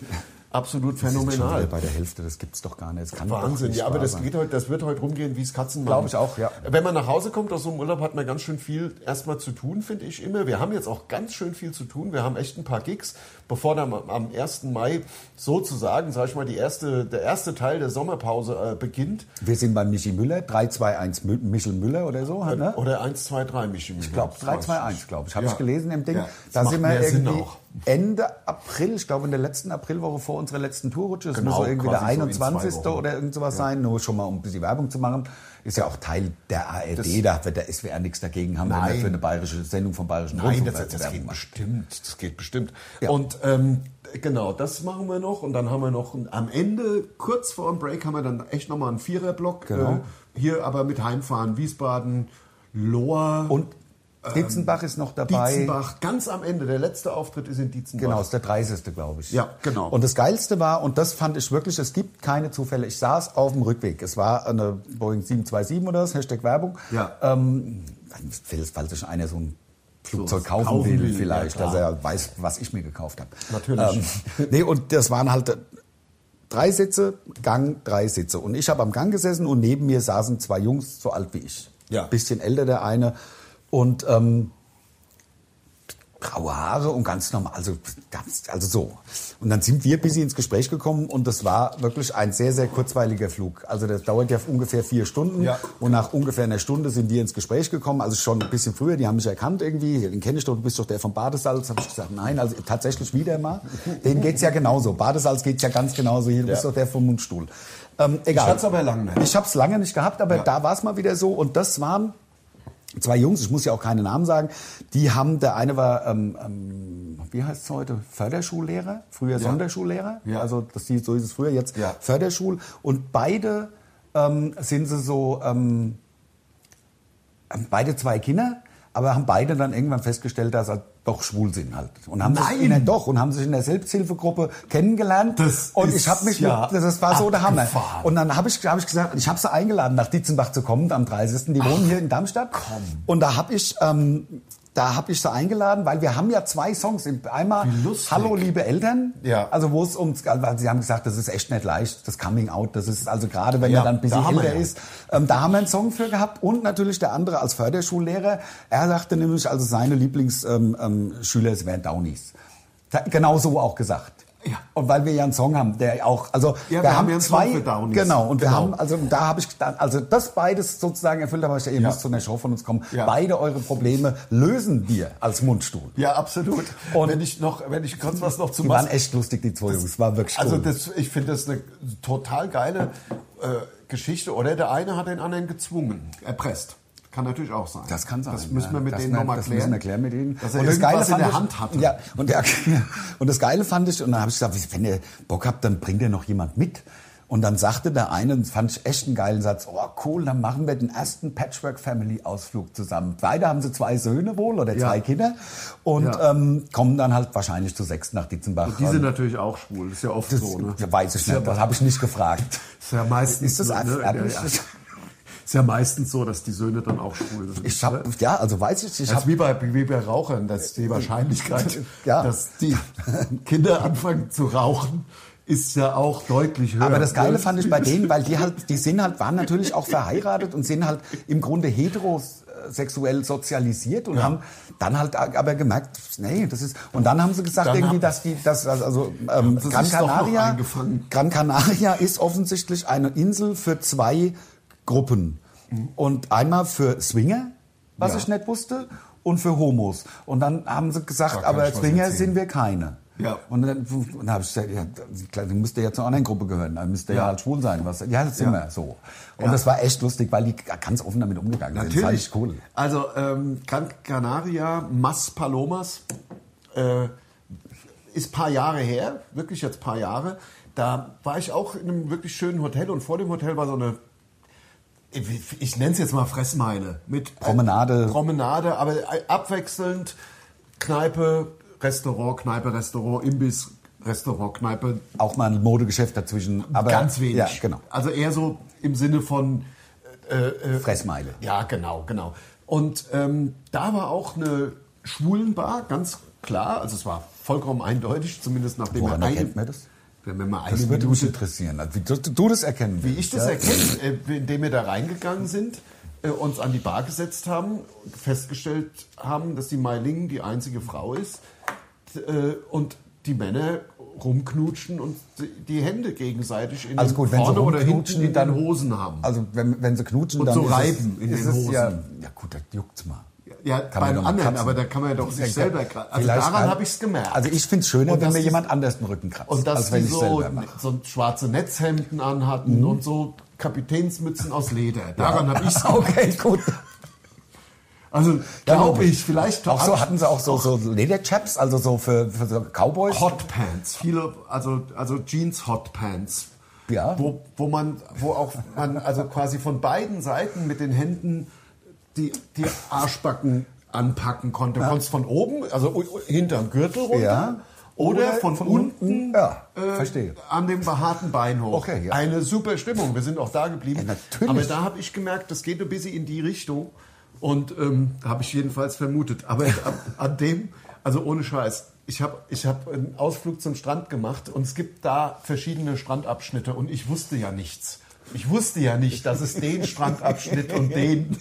Speaker 3: absolut
Speaker 4: Das ist schon wieder
Speaker 3: phänomenal.
Speaker 4: bei der Hälfte, das gibt's doch gar nicht. Das kann doch
Speaker 3: Wahnsinn,
Speaker 4: nicht
Speaker 3: ja, aber
Speaker 4: wahr
Speaker 3: das
Speaker 4: sein.
Speaker 3: geht heute, das wird heute rumgehen, wie es Katzen
Speaker 4: Glaub
Speaker 3: machen.
Speaker 4: ich auch, ja.
Speaker 3: Wenn man nach Hause kommt aus so einem Urlaub, hat man ganz schön viel erstmal zu tun, finde ich immer. Wir haben jetzt auch ganz schön viel zu tun. Wir haben echt ein paar Gigs, bevor dann am- am 1. Mai sozusagen, sag ich mal, die erste, der erste Teil der Sommerpause äh, beginnt.
Speaker 4: Wir sind bei Michi Müller, 321 Mü- Michel Müller oder so, ne?
Speaker 3: äh, Oder 1, 2, 3, Michi.
Speaker 4: Ich glaube, 321, glaube ich. Habe ich gelesen im Ding.
Speaker 3: Ja, das
Speaker 4: Da
Speaker 3: macht
Speaker 4: sind wir
Speaker 3: mehr Sinn
Speaker 4: irgendwie
Speaker 3: auch.
Speaker 4: Ende April, ich glaube in der letzten Aprilwoche vor unserer letzten Tourrutsche. Es
Speaker 3: Genau,
Speaker 4: muss so irgendwie der
Speaker 3: quasi so in zwei
Speaker 4: 21.
Speaker 3: Wochen.
Speaker 4: oder irgend sowas sein, nur schon mal um ein bisschen Werbung zu machen. Ist ja auch Teil der ARD, da wird der SWR nichts dagegen haben, wenn
Speaker 3: Nein.
Speaker 4: wir für eine bayerische Sendung vom Bayerischen
Speaker 3: Nein,
Speaker 4: Rundfunk
Speaker 3: das, das, das
Speaker 4: Werbung
Speaker 3: geht
Speaker 4: machen.
Speaker 3: bestimmt. Das geht bestimmt. Und ähm, genau, das machen wir noch. Und dann haben wir noch ein- am Ende, kurz vor dem Break, haben wir dann echt nochmal einen Viererblock.
Speaker 4: Genau.
Speaker 3: Äh, hier aber mit Heimfahren, Wiesbaden, Lohr,
Speaker 4: Und Ditzenbach ist noch
Speaker 3: Ähm,
Speaker 4: dabei.
Speaker 3: Dietzenbach. Ganz am Ende. Der letzte Auftritt ist in Dietzenbach.
Speaker 4: Genau, ist der 30. glaube ich.
Speaker 3: Ja, genau.
Speaker 4: Und das Geilste war, und das fand ich wirklich, es gibt keine Zufälle. Ich saß auf dem Rückweg. Es war eine Boeing 727 oder das, Hashtag Werbung.
Speaker 3: Ja.
Speaker 4: Ähm, falls falls sich einer so ein Flugzeug
Speaker 3: So,
Speaker 4: kaufen,
Speaker 3: kaufen
Speaker 4: will,
Speaker 3: will,
Speaker 4: vielleicht,
Speaker 3: ja, klar.
Speaker 4: dass er weiß, was ich mir gekauft habe.
Speaker 3: Natürlich.
Speaker 4: Ähm, nee, und das waren halt drei Sitze, Gang, drei Sitze. Und ich habe am Gang gesessen und neben mir saßen zwei Jungs, so alt wie ich.
Speaker 3: Ja.
Speaker 4: Bisschen älter der eine. Und ähm, graue Haare und ganz normal, also, ganz, also so. Und dann sind wir ein bisschen ins Gespräch gekommen und das war wirklich ein sehr, sehr kurzweiliger Flug. Also das dauert ja ungefähr vier Stunden
Speaker 3: Ja.
Speaker 4: und nach ungefähr einer Stunde sind wir ins Gespräch gekommen, also schon ein bisschen früher, die haben mich erkannt irgendwie, den kenne ich doch, du bist doch der vom Badesalz, habe ich gesagt, nein, also tatsächlich wieder mal, dem geht's ja genauso, Badesalz geht's ja ganz genauso, hier, du bist
Speaker 3: Ja.
Speaker 4: doch der vom Mundstuhl. Ähm, egal.
Speaker 3: Ich hat's aber ne? lange nicht.
Speaker 4: Ich hab's lange nicht gehabt, aber da war's mal wieder so und das waren zwei Jungs, ich muss ja auch keine Namen sagen, die haben, der eine war, ähm, ähm, wie heißt es heute, Förderschullehrer, früher Sonderschullehrer,
Speaker 3: Ja.
Speaker 4: also das, hieß- so ist es früher, jetzt
Speaker 3: Ja.
Speaker 4: Förderschul und beide ähm, sind sie so, ähm, haben beide zwei Kinder, aber haben beide dann irgendwann festgestellt, dass sie doch schwul sind halt. Und haben
Speaker 3: Nein!
Speaker 4: sich in der, doch und haben sich in der Selbsthilfegruppe kennengelernt.
Speaker 3: Das
Speaker 4: und
Speaker 3: ist
Speaker 4: ich habe mich
Speaker 3: ja
Speaker 4: mit, das war so der Hammer.
Speaker 3: abgefahren.
Speaker 4: Und dann habe ich, hab ich gesagt, ich habe sie eingeladen, nach Dietzenbach zu kommen am 30. Die wohnen hier in Darmstadt. Und da habe ich, ähm, da habe ich sie eingeladen, weil wir haben ja zwei Songs. Im- Einmal
Speaker 3: Wie lustig.
Speaker 4: Hallo liebe Eltern.
Speaker 3: Ja.
Speaker 4: Also wo es ums, weil sie haben gesagt, das ist echt nicht leicht, das Coming Out. Das ist also gerade, wenn
Speaker 3: Ja,
Speaker 4: man dann ein bisschen
Speaker 3: da haben wir
Speaker 4: älter
Speaker 3: ja.
Speaker 4: ist, ähm, da haben wir einen Song für gehabt und natürlich der andere als Förderschullehrer. Er sagte nämlich, also seine Lieblingsschüler ähm, ähm, Schüler, es wären Downies. Da, genau so auch gesagt.
Speaker 3: Ja.
Speaker 4: Und weil wir ja einen Song haben, der auch, also
Speaker 3: Ja, wir
Speaker 4: wir
Speaker 3: haben
Speaker 4: haben
Speaker 3: ja einen
Speaker 4: zwei,
Speaker 3: Song für Downies.
Speaker 4: genau, und wir
Speaker 3: Genau.
Speaker 4: haben, also da habe ich, dann, also das beides sozusagen erfüllt, aber ich gesagt, ihr
Speaker 3: Ja.
Speaker 4: müsst zu einer Show von uns kommen.
Speaker 3: Ja.
Speaker 4: Beide eure Probleme lösen wir als Mundstuhl.
Speaker 3: Ja, absolut.
Speaker 4: Und-
Speaker 3: wenn ich noch, wenn ich kurz was noch zu
Speaker 4: Die waren echt lustig, die zwei Jungs, war wirklich
Speaker 3: Also
Speaker 4: cool.
Speaker 3: das, ich finde das eine total geile äh, Geschichte. Oder der eine hat den anderen gezwungen, erpresst. Kann natürlich auch sein.
Speaker 4: Das kann sein.
Speaker 3: Das müssen
Speaker 4: ja.
Speaker 3: wir mit
Speaker 4: das
Speaker 3: denen
Speaker 4: ne-
Speaker 3: nochmal
Speaker 4: das
Speaker 3: klären.
Speaker 4: Müssen wir klären mit denen.
Speaker 3: Dass er und das
Speaker 4: Geile
Speaker 3: in
Speaker 4: fand
Speaker 3: der
Speaker 4: ich-
Speaker 3: Hand hatte.
Speaker 4: Ja, und, der, und das Geile fand ich, und dann habe ich gesagt, wenn ihr Bock habt, dann bringt ihr noch jemand mit. Und dann sagte der eine, und das fand ich echt einen geilen Satz, oh cool, dann machen wir den ersten Patchwork-Family-Ausflug zusammen. Beide haben sie zwei Söhne wohl oder zwei
Speaker 3: Ja.
Speaker 4: Kinder und
Speaker 3: Ja.
Speaker 4: ähm, kommen dann halt wahrscheinlich zu sechs nach Dietzenbach.
Speaker 3: Die sind natürlich auch schwul. Das ist ja oft
Speaker 4: das
Speaker 3: so. Ne?
Speaker 4: ja, weiß ich nicht, das habe ich nicht gefragt.
Speaker 3: Ist ja meistens.
Speaker 4: Ist das
Speaker 3: so,
Speaker 4: einfach
Speaker 3: ne? ja, ja. Ist ja meistens so, dass die Söhne dann auch schwul sind.
Speaker 4: Ich hab, ja, also weiß ich, ich
Speaker 3: Das ist
Speaker 4: habe
Speaker 3: wie bei, wie bei Rauchern, dass die Wahrscheinlichkeit,
Speaker 4: Ja.
Speaker 3: dass die Kinder anfangen zu rauchen, ist ja auch deutlich höher.
Speaker 4: aber das Geile fand ich bei denen, weil die halt, die sind halt, waren natürlich auch verheiratet und sind halt im Grunde heterosexuell sozialisiert und haben dann halt aber gemerkt, nee, das ist, und dann haben sie gesagt
Speaker 3: Dann
Speaker 4: irgendwie,
Speaker 3: hab-
Speaker 4: dass die, dass, dass- also, ähm,
Speaker 3: das
Speaker 4: Gran
Speaker 3: ist doch noch
Speaker 4: Canaria,
Speaker 3: eingefangen.
Speaker 4: Gran Canaria ist offensichtlich eine Insel für zwei Gruppen. Und einmal für Swinger, was
Speaker 3: Mhm. Ja.
Speaker 4: ich nicht wusste, und für Homos. Und dann haben sie
Speaker 3: Da
Speaker 4: gesagt,
Speaker 3: kann
Speaker 4: aber
Speaker 3: ich was
Speaker 4: Swinger
Speaker 3: erzählen.
Speaker 4: sind wir keine.
Speaker 3: Ja.
Speaker 4: Und dann, dann habe ich gesagt, ja, klar, dann müsst ihr ja zur anderen Gruppe gehören, dann müsst ihr ja,
Speaker 3: Ja.
Speaker 4: halt schwul sein. Was, ja, das sind
Speaker 3: Ja.
Speaker 4: wir so. Und das war echt lustig, weil die ganz offen damit umgegangen sind.
Speaker 3: Natürlich.
Speaker 4: Das fand ich cool.
Speaker 3: Also ähm, Gran Canaria, Mas Palomas, äh, ist paar Jahre her, wirklich jetzt paar Jahre. Da war ich auch in einem wirklich schönen Hotel und vor dem Hotel war so eine, ich, ich nenne es jetzt mal Fressmeile. Mit äh,
Speaker 4: Promenade.
Speaker 3: Promenade, aber äh, abwechselnd Kneipe, Restaurant, Kneipe, Restaurant, Imbiss, Restaurant, Kneipe,
Speaker 4: Auch mal ein Modegeschäft dazwischen. Aber,
Speaker 3: ganz wenig.
Speaker 4: Ja, genau.
Speaker 3: Also eher so im Sinne von äh,
Speaker 4: Fressmeile.
Speaker 3: Ja, genau, genau. Und ähm, da war auch eine Schwulenbar, ganz klar. Also es war vollkommen eindeutig, zumindest nachdem
Speaker 4: Woran
Speaker 3: wir eine-
Speaker 4: erkennt man das?
Speaker 3: Wenn wir mal eine
Speaker 4: Das würde mich
Speaker 3: Minute
Speaker 4: interessieren. Also, wie du, du das erkennen
Speaker 3: wie ich das
Speaker 4: ja.
Speaker 3: erkenne, äh, indem wir da reingegangen sind, äh, uns an die Bar gesetzt haben, festgestellt haben, dass die Mai Ling die einzige Frau ist t- äh, und die Männer rumknutschen und die- die Hände gegenseitig in
Speaker 4: Also
Speaker 3: den
Speaker 4: gut, wenn sie
Speaker 3: vorne oder
Speaker 4: rumknutschen,
Speaker 3: hinten in
Speaker 4: dann-
Speaker 3: den Hosen haben.
Speaker 4: Also wenn, wenn sie knutschen,
Speaker 3: Und
Speaker 4: dann
Speaker 3: so
Speaker 4: ist es-
Speaker 3: reiben in
Speaker 4: ist
Speaker 3: den
Speaker 4: es
Speaker 3: Hosen.
Speaker 4: Ja, ja gut, das juckt's mal.
Speaker 3: ja,
Speaker 4: Kann man
Speaker 3: beim
Speaker 4: doch mal
Speaker 3: anderen,
Speaker 4: kratzen.
Speaker 3: aber da kann man ja doch sich selber kratzen. Also
Speaker 4: Vielleicht
Speaker 3: daran
Speaker 4: kann-
Speaker 3: habe ich es gemerkt.
Speaker 4: Also ich finde es schöner,
Speaker 3: Und
Speaker 4: wenn
Speaker 3: dass
Speaker 4: mir
Speaker 3: die-
Speaker 4: jemand anders den Rücken kratzt,
Speaker 3: Und dass
Speaker 4: als
Speaker 3: die
Speaker 4: wenn ich
Speaker 3: so,
Speaker 4: selber mache. Mhm.
Speaker 3: so schwarze Netzhemden anhatten und so Kapitänsmützen aus Leder. Daran habe ich es
Speaker 4: Okay, gut.
Speaker 3: Also glaube ich, vielleicht
Speaker 4: Auch so hatten sie auch so, so Lederchaps, also so für, für so Cowboys.
Speaker 3: Hotpants. Viele, also, also Jeans Hotpants.
Speaker 4: Ja.
Speaker 3: Wo, wo man, wo auch man, also quasi von beiden Seiten mit den Händen die, die Arschbacken anpacken konnte. Du konntest von oben, also u- u- hinterm Gürtel runter.
Speaker 4: Ja.
Speaker 3: Oder,
Speaker 4: Oder
Speaker 3: von,
Speaker 4: von
Speaker 3: unten,
Speaker 4: unten, ja,
Speaker 3: äh,
Speaker 4: verstehe.
Speaker 3: an dem behaarten Bein hoch.
Speaker 4: Okay, ja.
Speaker 3: Eine super Stimmung. Wir sind auch da geblieben.
Speaker 4: Ja, natürlich.
Speaker 3: Aber da habe ich gemerkt, das geht ein bisschen in die Richtung. Und ähm, habe ich jedenfalls vermutet. Aber an, an dem, also ohne Scheiß, ich habe ich hab einen Ausflug zum Strand gemacht und es gibt da verschiedene Strandabschnitte und ich wusste ja nichts. Ich wusste ja nicht, dass es den Strandabschnitt und den.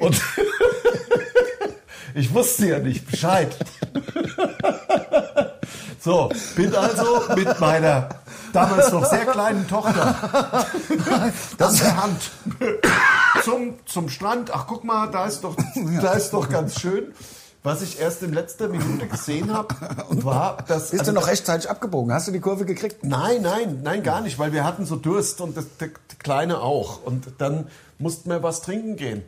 Speaker 3: Und ich wusste ja nicht Bescheid. So, bin also mit meiner damals noch sehr kleinen Tochter an der Hand zum, zum Strand. Ach, guck mal, da ist doch, da ist doch ganz schön. Was ich erst in letzter Minute gesehen habe, war, dass... also
Speaker 4: Bist du noch rechtzeitig abgebogen? Hast du die Kurve gekriegt?
Speaker 3: Nein, nein, nein, gar nicht, weil wir hatten so Durst und das, der, der Kleine auch. Und dann mussten wir was trinken gehen.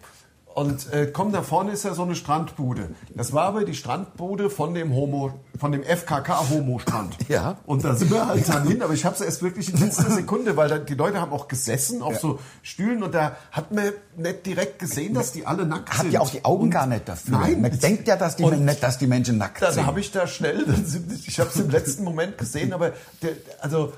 Speaker 3: Und äh, komm, da vorne ist ja so eine Strandbude. Das war aber die Strandbude von dem Homo, von dem FKK-Homo-Strand.
Speaker 4: Ja.
Speaker 3: Und da sind wir halt dann hin, aber ich habe es erst wirklich in letzter Sekunde, weil da, die Leute haben auch gesessen auf so Stühlen und da hat man nicht direkt gesehen, dass die alle nackt
Speaker 4: Habt
Speaker 3: sind.
Speaker 4: ihr auch die Augen
Speaker 3: und,
Speaker 4: gar nicht dafür?
Speaker 3: Nein.
Speaker 4: Man denkt ja, dass die,
Speaker 3: Und-
Speaker 4: nicht, dass die Menschen nackt
Speaker 3: dann
Speaker 4: sind.
Speaker 3: habe ich da schnell, dann sind, die- ich habe es im letzten Moment gesehen, aber der, also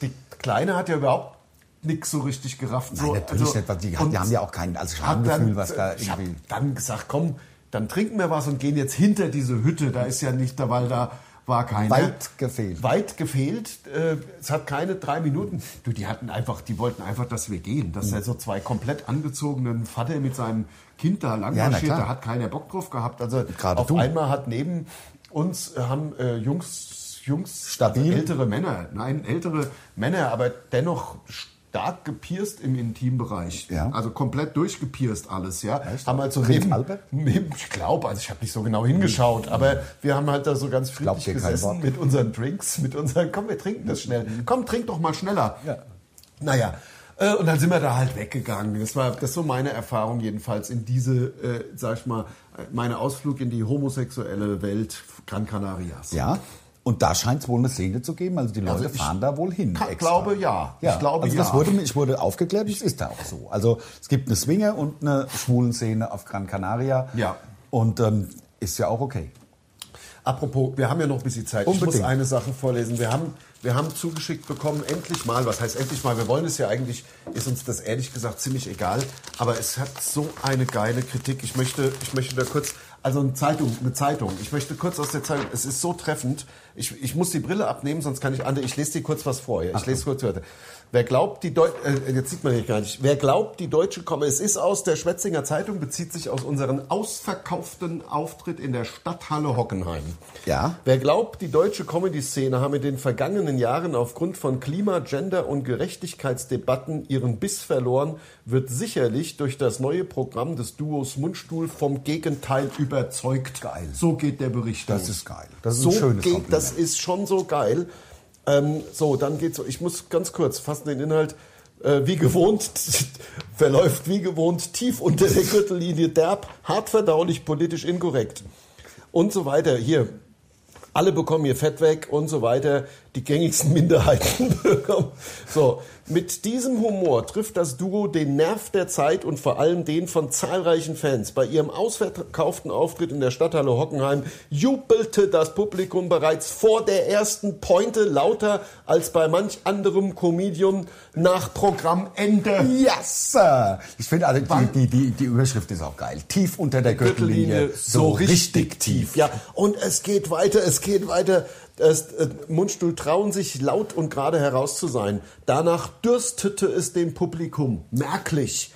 Speaker 3: die Kleine hat ja überhaupt nichts so richtig gerafft.
Speaker 4: Nein,
Speaker 3: so,
Speaker 4: natürlich
Speaker 3: also,
Speaker 4: nicht, weil die, die
Speaker 3: und
Speaker 4: haben ja auch kein also
Speaker 3: hat äh,
Speaker 4: Schamgefühl, was da
Speaker 3: ich hab
Speaker 4: irgendwie...
Speaker 3: dann gesagt, komm, dann trinken wir was und gehen jetzt hinter diese Hütte. Da ist ja nicht, da- weil da war keiner.
Speaker 4: Weit gefehlt.
Speaker 3: Weit gefehlt. Äh, es hat keine drei Minuten. Du, die hatten einfach, die wollten einfach, dass wir gehen.
Speaker 4: Mhm.
Speaker 3: Dass er so zwei komplett angezogenen Vater mit seinem Kind da lang
Speaker 4: Ja, na
Speaker 3: marschiert,
Speaker 4: klar.
Speaker 3: da hat keiner Bock drauf gehabt. Also
Speaker 4: Gerade
Speaker 3: auf
Speaker 4: du.
Speaker 3: einmal hat neben uns äh, haben äh, Jungs, Jungs also
Speaker 4: Stabil.
Speaker 3: ältere Männer, nein, ältere Männer, aber dennoch stark gepierst im Intimbereich.
Speaker 4: Ja.
Speaker 3: Also komplett durchgepierst alles, ja.
Speaker 4: Echt?
Speaker 3: Haben halt so
Speaker 4: Prinz
Speaker 3: neben,
Speaker 4: Albert? Hm.
Speaker 3: neben ich glaube, also ich habe nicht so genau hingeschaut, aber wir haben halt da so ganz friedlich
Speaker 4: Glaubt ihr kein
Speaker 3: gesessen
Speaker 4: Wort? Hm.
Speaker 3: mit unseren Drinks, mit unseren, komm, wir trinken das schnell. Komm, trink doch mal schneller.
Speaker 4: Ja.
Speaker 3: Naja, äh, und dann sind wir da halt weggegangen. Das war das ist so meine Erfahrung jedenfalls in diese, äh, sag ich mal, äh, meine Ausflug in die homosexuelle Welt Gran Canarias.
Speaker 4: Ja, und da scheint es wohl eine Szene zu geben. Also die Leute
Speaker 3: Also ich
Speaker 4: fahren da wohl hin.
Speaker 3: Ka-
Speaker 4: extra.
Speaker 3: glaube ja. Ich glaube
Speaker 4: also Das
Speaker 3: ja.
Speaker 4: wurde, mir- ich wurde aufgeklärt, es ist da auch so. Also es gibt eine Swinger und eine Schwulenszene auf Gran Canaria.
Speaker 3: Ja.
Speaker 4: Und ähm, ist ja auch okay.
Speaker 3: Apropos, wir haben ja noch ein bisschen Zeit. Ich
Speaker 4: Unbedingt.
Speaker 3: muss eine Sache vorlesen. Wir haben Wir haben zugeschickt bekommen, endlich mal, was heißt endlich mal, wir wollen es ja eigentlich, ist uns das ehrlich gesagt ziemlich egal, aber es hat so eine geile Kritik. Ich möchte, ich möchte da kurz, also eine Zeitung, eine Zeitung. Ich möchte kurz aus der Zeitung, es ist so treffend. Ich, ich muss die Brille abnehmen, sonst kann ich andere, ich lese dir kurz was vor. Ja. Ich lese kurz heute. Wer glaubt, die Deu äh, jetzt sieht man hier gar nicht. Wer glaubt, die Deutsche komme, es ist aus der Schwetzinger Zeitung, bezieht sich aus unseren ausverkauften Auftritt in der Stadthalle Hockenheim.
Speaker 4: Ja.
Speaker 3: Wer glaubt, die deutsche Comedy-Szene habe in den vergangenen Jahren aufgrund von Klima-, Gender- und Gerechtigkeitsdebatten ihren Biss verloren, wird sicherlich durch das neue Programm des Duos Mundstuhl vom Gegenteil überzeugt.
Speaker 4: Geil.
Speaker 3: So geht der Bericht.
Speaker 4: Das
Speaker 3: los.
Speaker 4: ist geil. Das ist
Speaker 3: so
Speaker 4: ein schönes
Speaker 3: geht,
Speaker 4: Kompliment.
Speaker 3: Das ist schon so geil. Ähm, so, dann geht's. so- Ich muss ganz kurz fassen den Inhalt. Äh, wie gewohnt verläuft wie gewohnt tief unter der Gürtellinie derb, hart verdaulich, politisch inkorrekt und so weiter. Hier. Alle bekommen ihr Fett weg und so weiter. Die gängigsten Minderheiten bekommen. So, mit diesem Humor trifft das Duo den Nerv der Zeit und vor allem den von zahlreichen Fans. Bei ihrem ausverkauften Auftritt in der Stadthalle Hockenheim jubelte das Publikum bereits vor der ersten Pointe lauter als bei manch anderem Comedium nach Programmende.
Speaker 4: Yes! Sir. Ich finde, also die, die, die, die Überschrift ist auch geil. Tief unter der Gürtellinie,
Speaker 3: Gürtellinie so richtig tief. Ja, und es geht weiter, es geht weiter. Es, äh, Mundstuhl trauen sich laut und gerade heraus zu sein. Danach dürstete es dem Publikum. Merklich.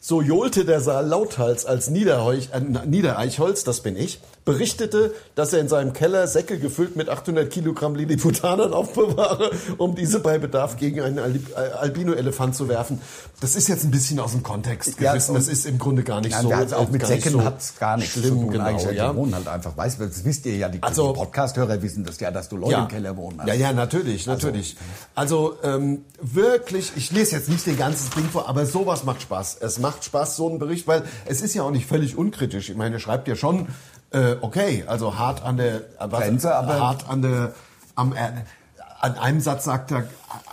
Speaker 3: So johlte der Saal lauthals, als Niederheuch, äh, Niedereichholz, das bin ich, berichtete, dass er in seinem Keller Säcke gefüllt mit 800 Kilogramm Lilliputanern aufbewahre, um diese bei Bedarf gegen einen Alib- äh, Albino-Elefant zu werfen. Das ist jetzt ein bisschen aus dem Kontext
Speaker 4: Ja,
Speaker 3: gerissen.
Speaker 4: und-
Speaker 3: das ist im Grunde gar nicht
Speaker 4: Nein,
Speaker 3: so. äh,
Speaker 4: also auch mit
Speaker 3: gar nicht
Speaker 4: Säcken
Speaker 3: so
Speaker 4: hat's gar nichts zu
Speaker 3: schlimm,
Speaker 4: tun.
Speaker 3: genau,
Speaker 4: eigentlich,
Speaker 3: ja.
Speaker 4: Die wohnen halt einfach, weißt du, das wisst ihr ja, die
Speaker 3: Also-
Speaker 4: also, Podcast-Hörer wissen das ja, dass du Leute
Speaker 3: ja.
Speaker 4: im Keller wohnen hast.
Speaker 3: Ja, ja, natürlich, natürlich. Also, ähm, wirklich, ich lese jetzt nicht den ganzen Ding vor, aber sowas macht Spaß. Es macht Spaß, so einen Bericht, weil es ist ja auch nicht völlig unkritisch. Ich meine, ihr schreibt ja schon, äh, okay, also hart an der was-
Speaker 4: Grenze, aber-
Speaker 3: hart an der am er, an einem Satz sagt er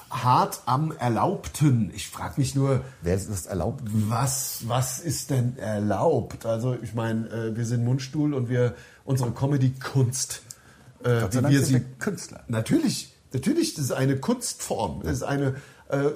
Speaker 3: hart am Erlaubten. Ich frage mich nur,
Speaker 4: Wer ist das erlaubt?
Speaker 3: was, was ist denn erlaubt? Also ich meine, äh, wir sind Mundstuhl und wir unsere Comedy-Kunst, äh,
Speaker 4: Gott sei
Speaker 3: wie
Speaker 4: Dank
Speaker 3: wir
Speaker 4: sind
Speaker 3: sie
Speaker 4: wir Künstler.
Speaker 3: Natürlich, natürlich, das ist eine Kunstform, das ist eine äh,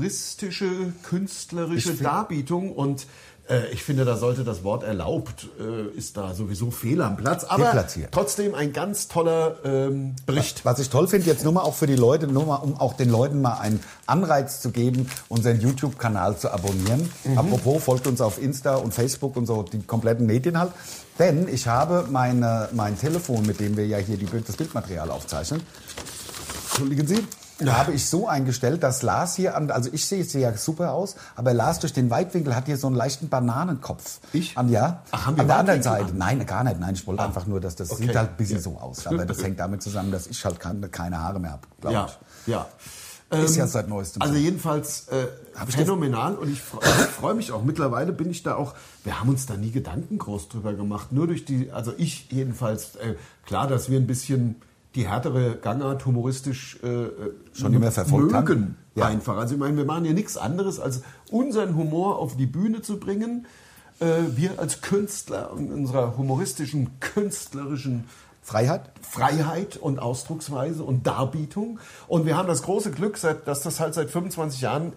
Speaker 3: humoristische, künstlerische Darbietung und äh, ich finde, da sollte das Wort erlaubt, äh, ist da sowieso fehl am Platz. Aber
Speaker 4: Deplatziert.
Speaker 3: trotzdem ein ganz toller ähm, Bericht.
Speaker 4: Was ich toll finde, jetzt nur mal auch für die Leute, nur mal, um auch den Leuten mal einen Anreiz zu geben, unseren YouTube-Kanal zu abonnieren.
Speaker 3: Mhm.
Speaker 4: Apropos, folgt uns auf Insta und Facebook und so, die kompletten Medien halt. Denn ich habe meine, mein Telefon, mit dem wir ja hier die, Bild- das Bildmaterial aufzeichnen, entschuldigen Sie, da habe ich so eingestellt, dass Lars hier, an, also ich sehe, sehe ja super aus, aber Lars durch den Weitwinkel hat hier so einen leichten Bananenkopf.
Speaker 3: Ich?
Speaker 4: An, ja.
Speaker 3: Ach, haben wir
Speaker 4: an der anderen
Speaker 3: Weitwinkel? Ah,
Speaker 4: Seite. Nein, gar nicht. Nein, ich wollte einfach nur, dass das
Speaker 3: Okay.
Speaker 4: sieht halt ein bisschen
Speaker 3: Ja.
Speaker 4: so aus. Aber das hängt damit zusammen, dass ich halt keine, keine Haare mehr habe, glaube
Speaker 3: Ja,
Speaker 4: ich.
Speaker 3: ja.
Speaker 4: Ist
Speaker 3: Ähm,
Speaker 4: ja seit neuestem
Speaker 3: Also
Speaker 4: so.
Speaker 3: jedenfalls äh,
Speaker 4: ich
Speaker 3: phänomenal und ich freue freu mich auch. Mittlerweile bin ich da auch, wir haben uns da nie Gedanken groß drüber gemacht. Nur durch die, also ich jedenfalls, äh, klar, dass wir ein bisschen die härtere Gangart humoristisch äh,
Speaker 4: Schon immer verfolgt haben.
Speaker 3: mögen
Speaker 4: Ja.
Speaker 3: einfach. Also ich meine, wir machen ja nichts anderes, als unseren Humor auf die Bühne zu bringen. Äh, wir als Künstler in unserer humoristischen, künstlerischen
Speaker 4: Freiheit?
Speaker 3: Freiheit und Ausdrucksweise und Darbietung. Und wir haben das große Glück, seit, dass das halt seit 25 Jahren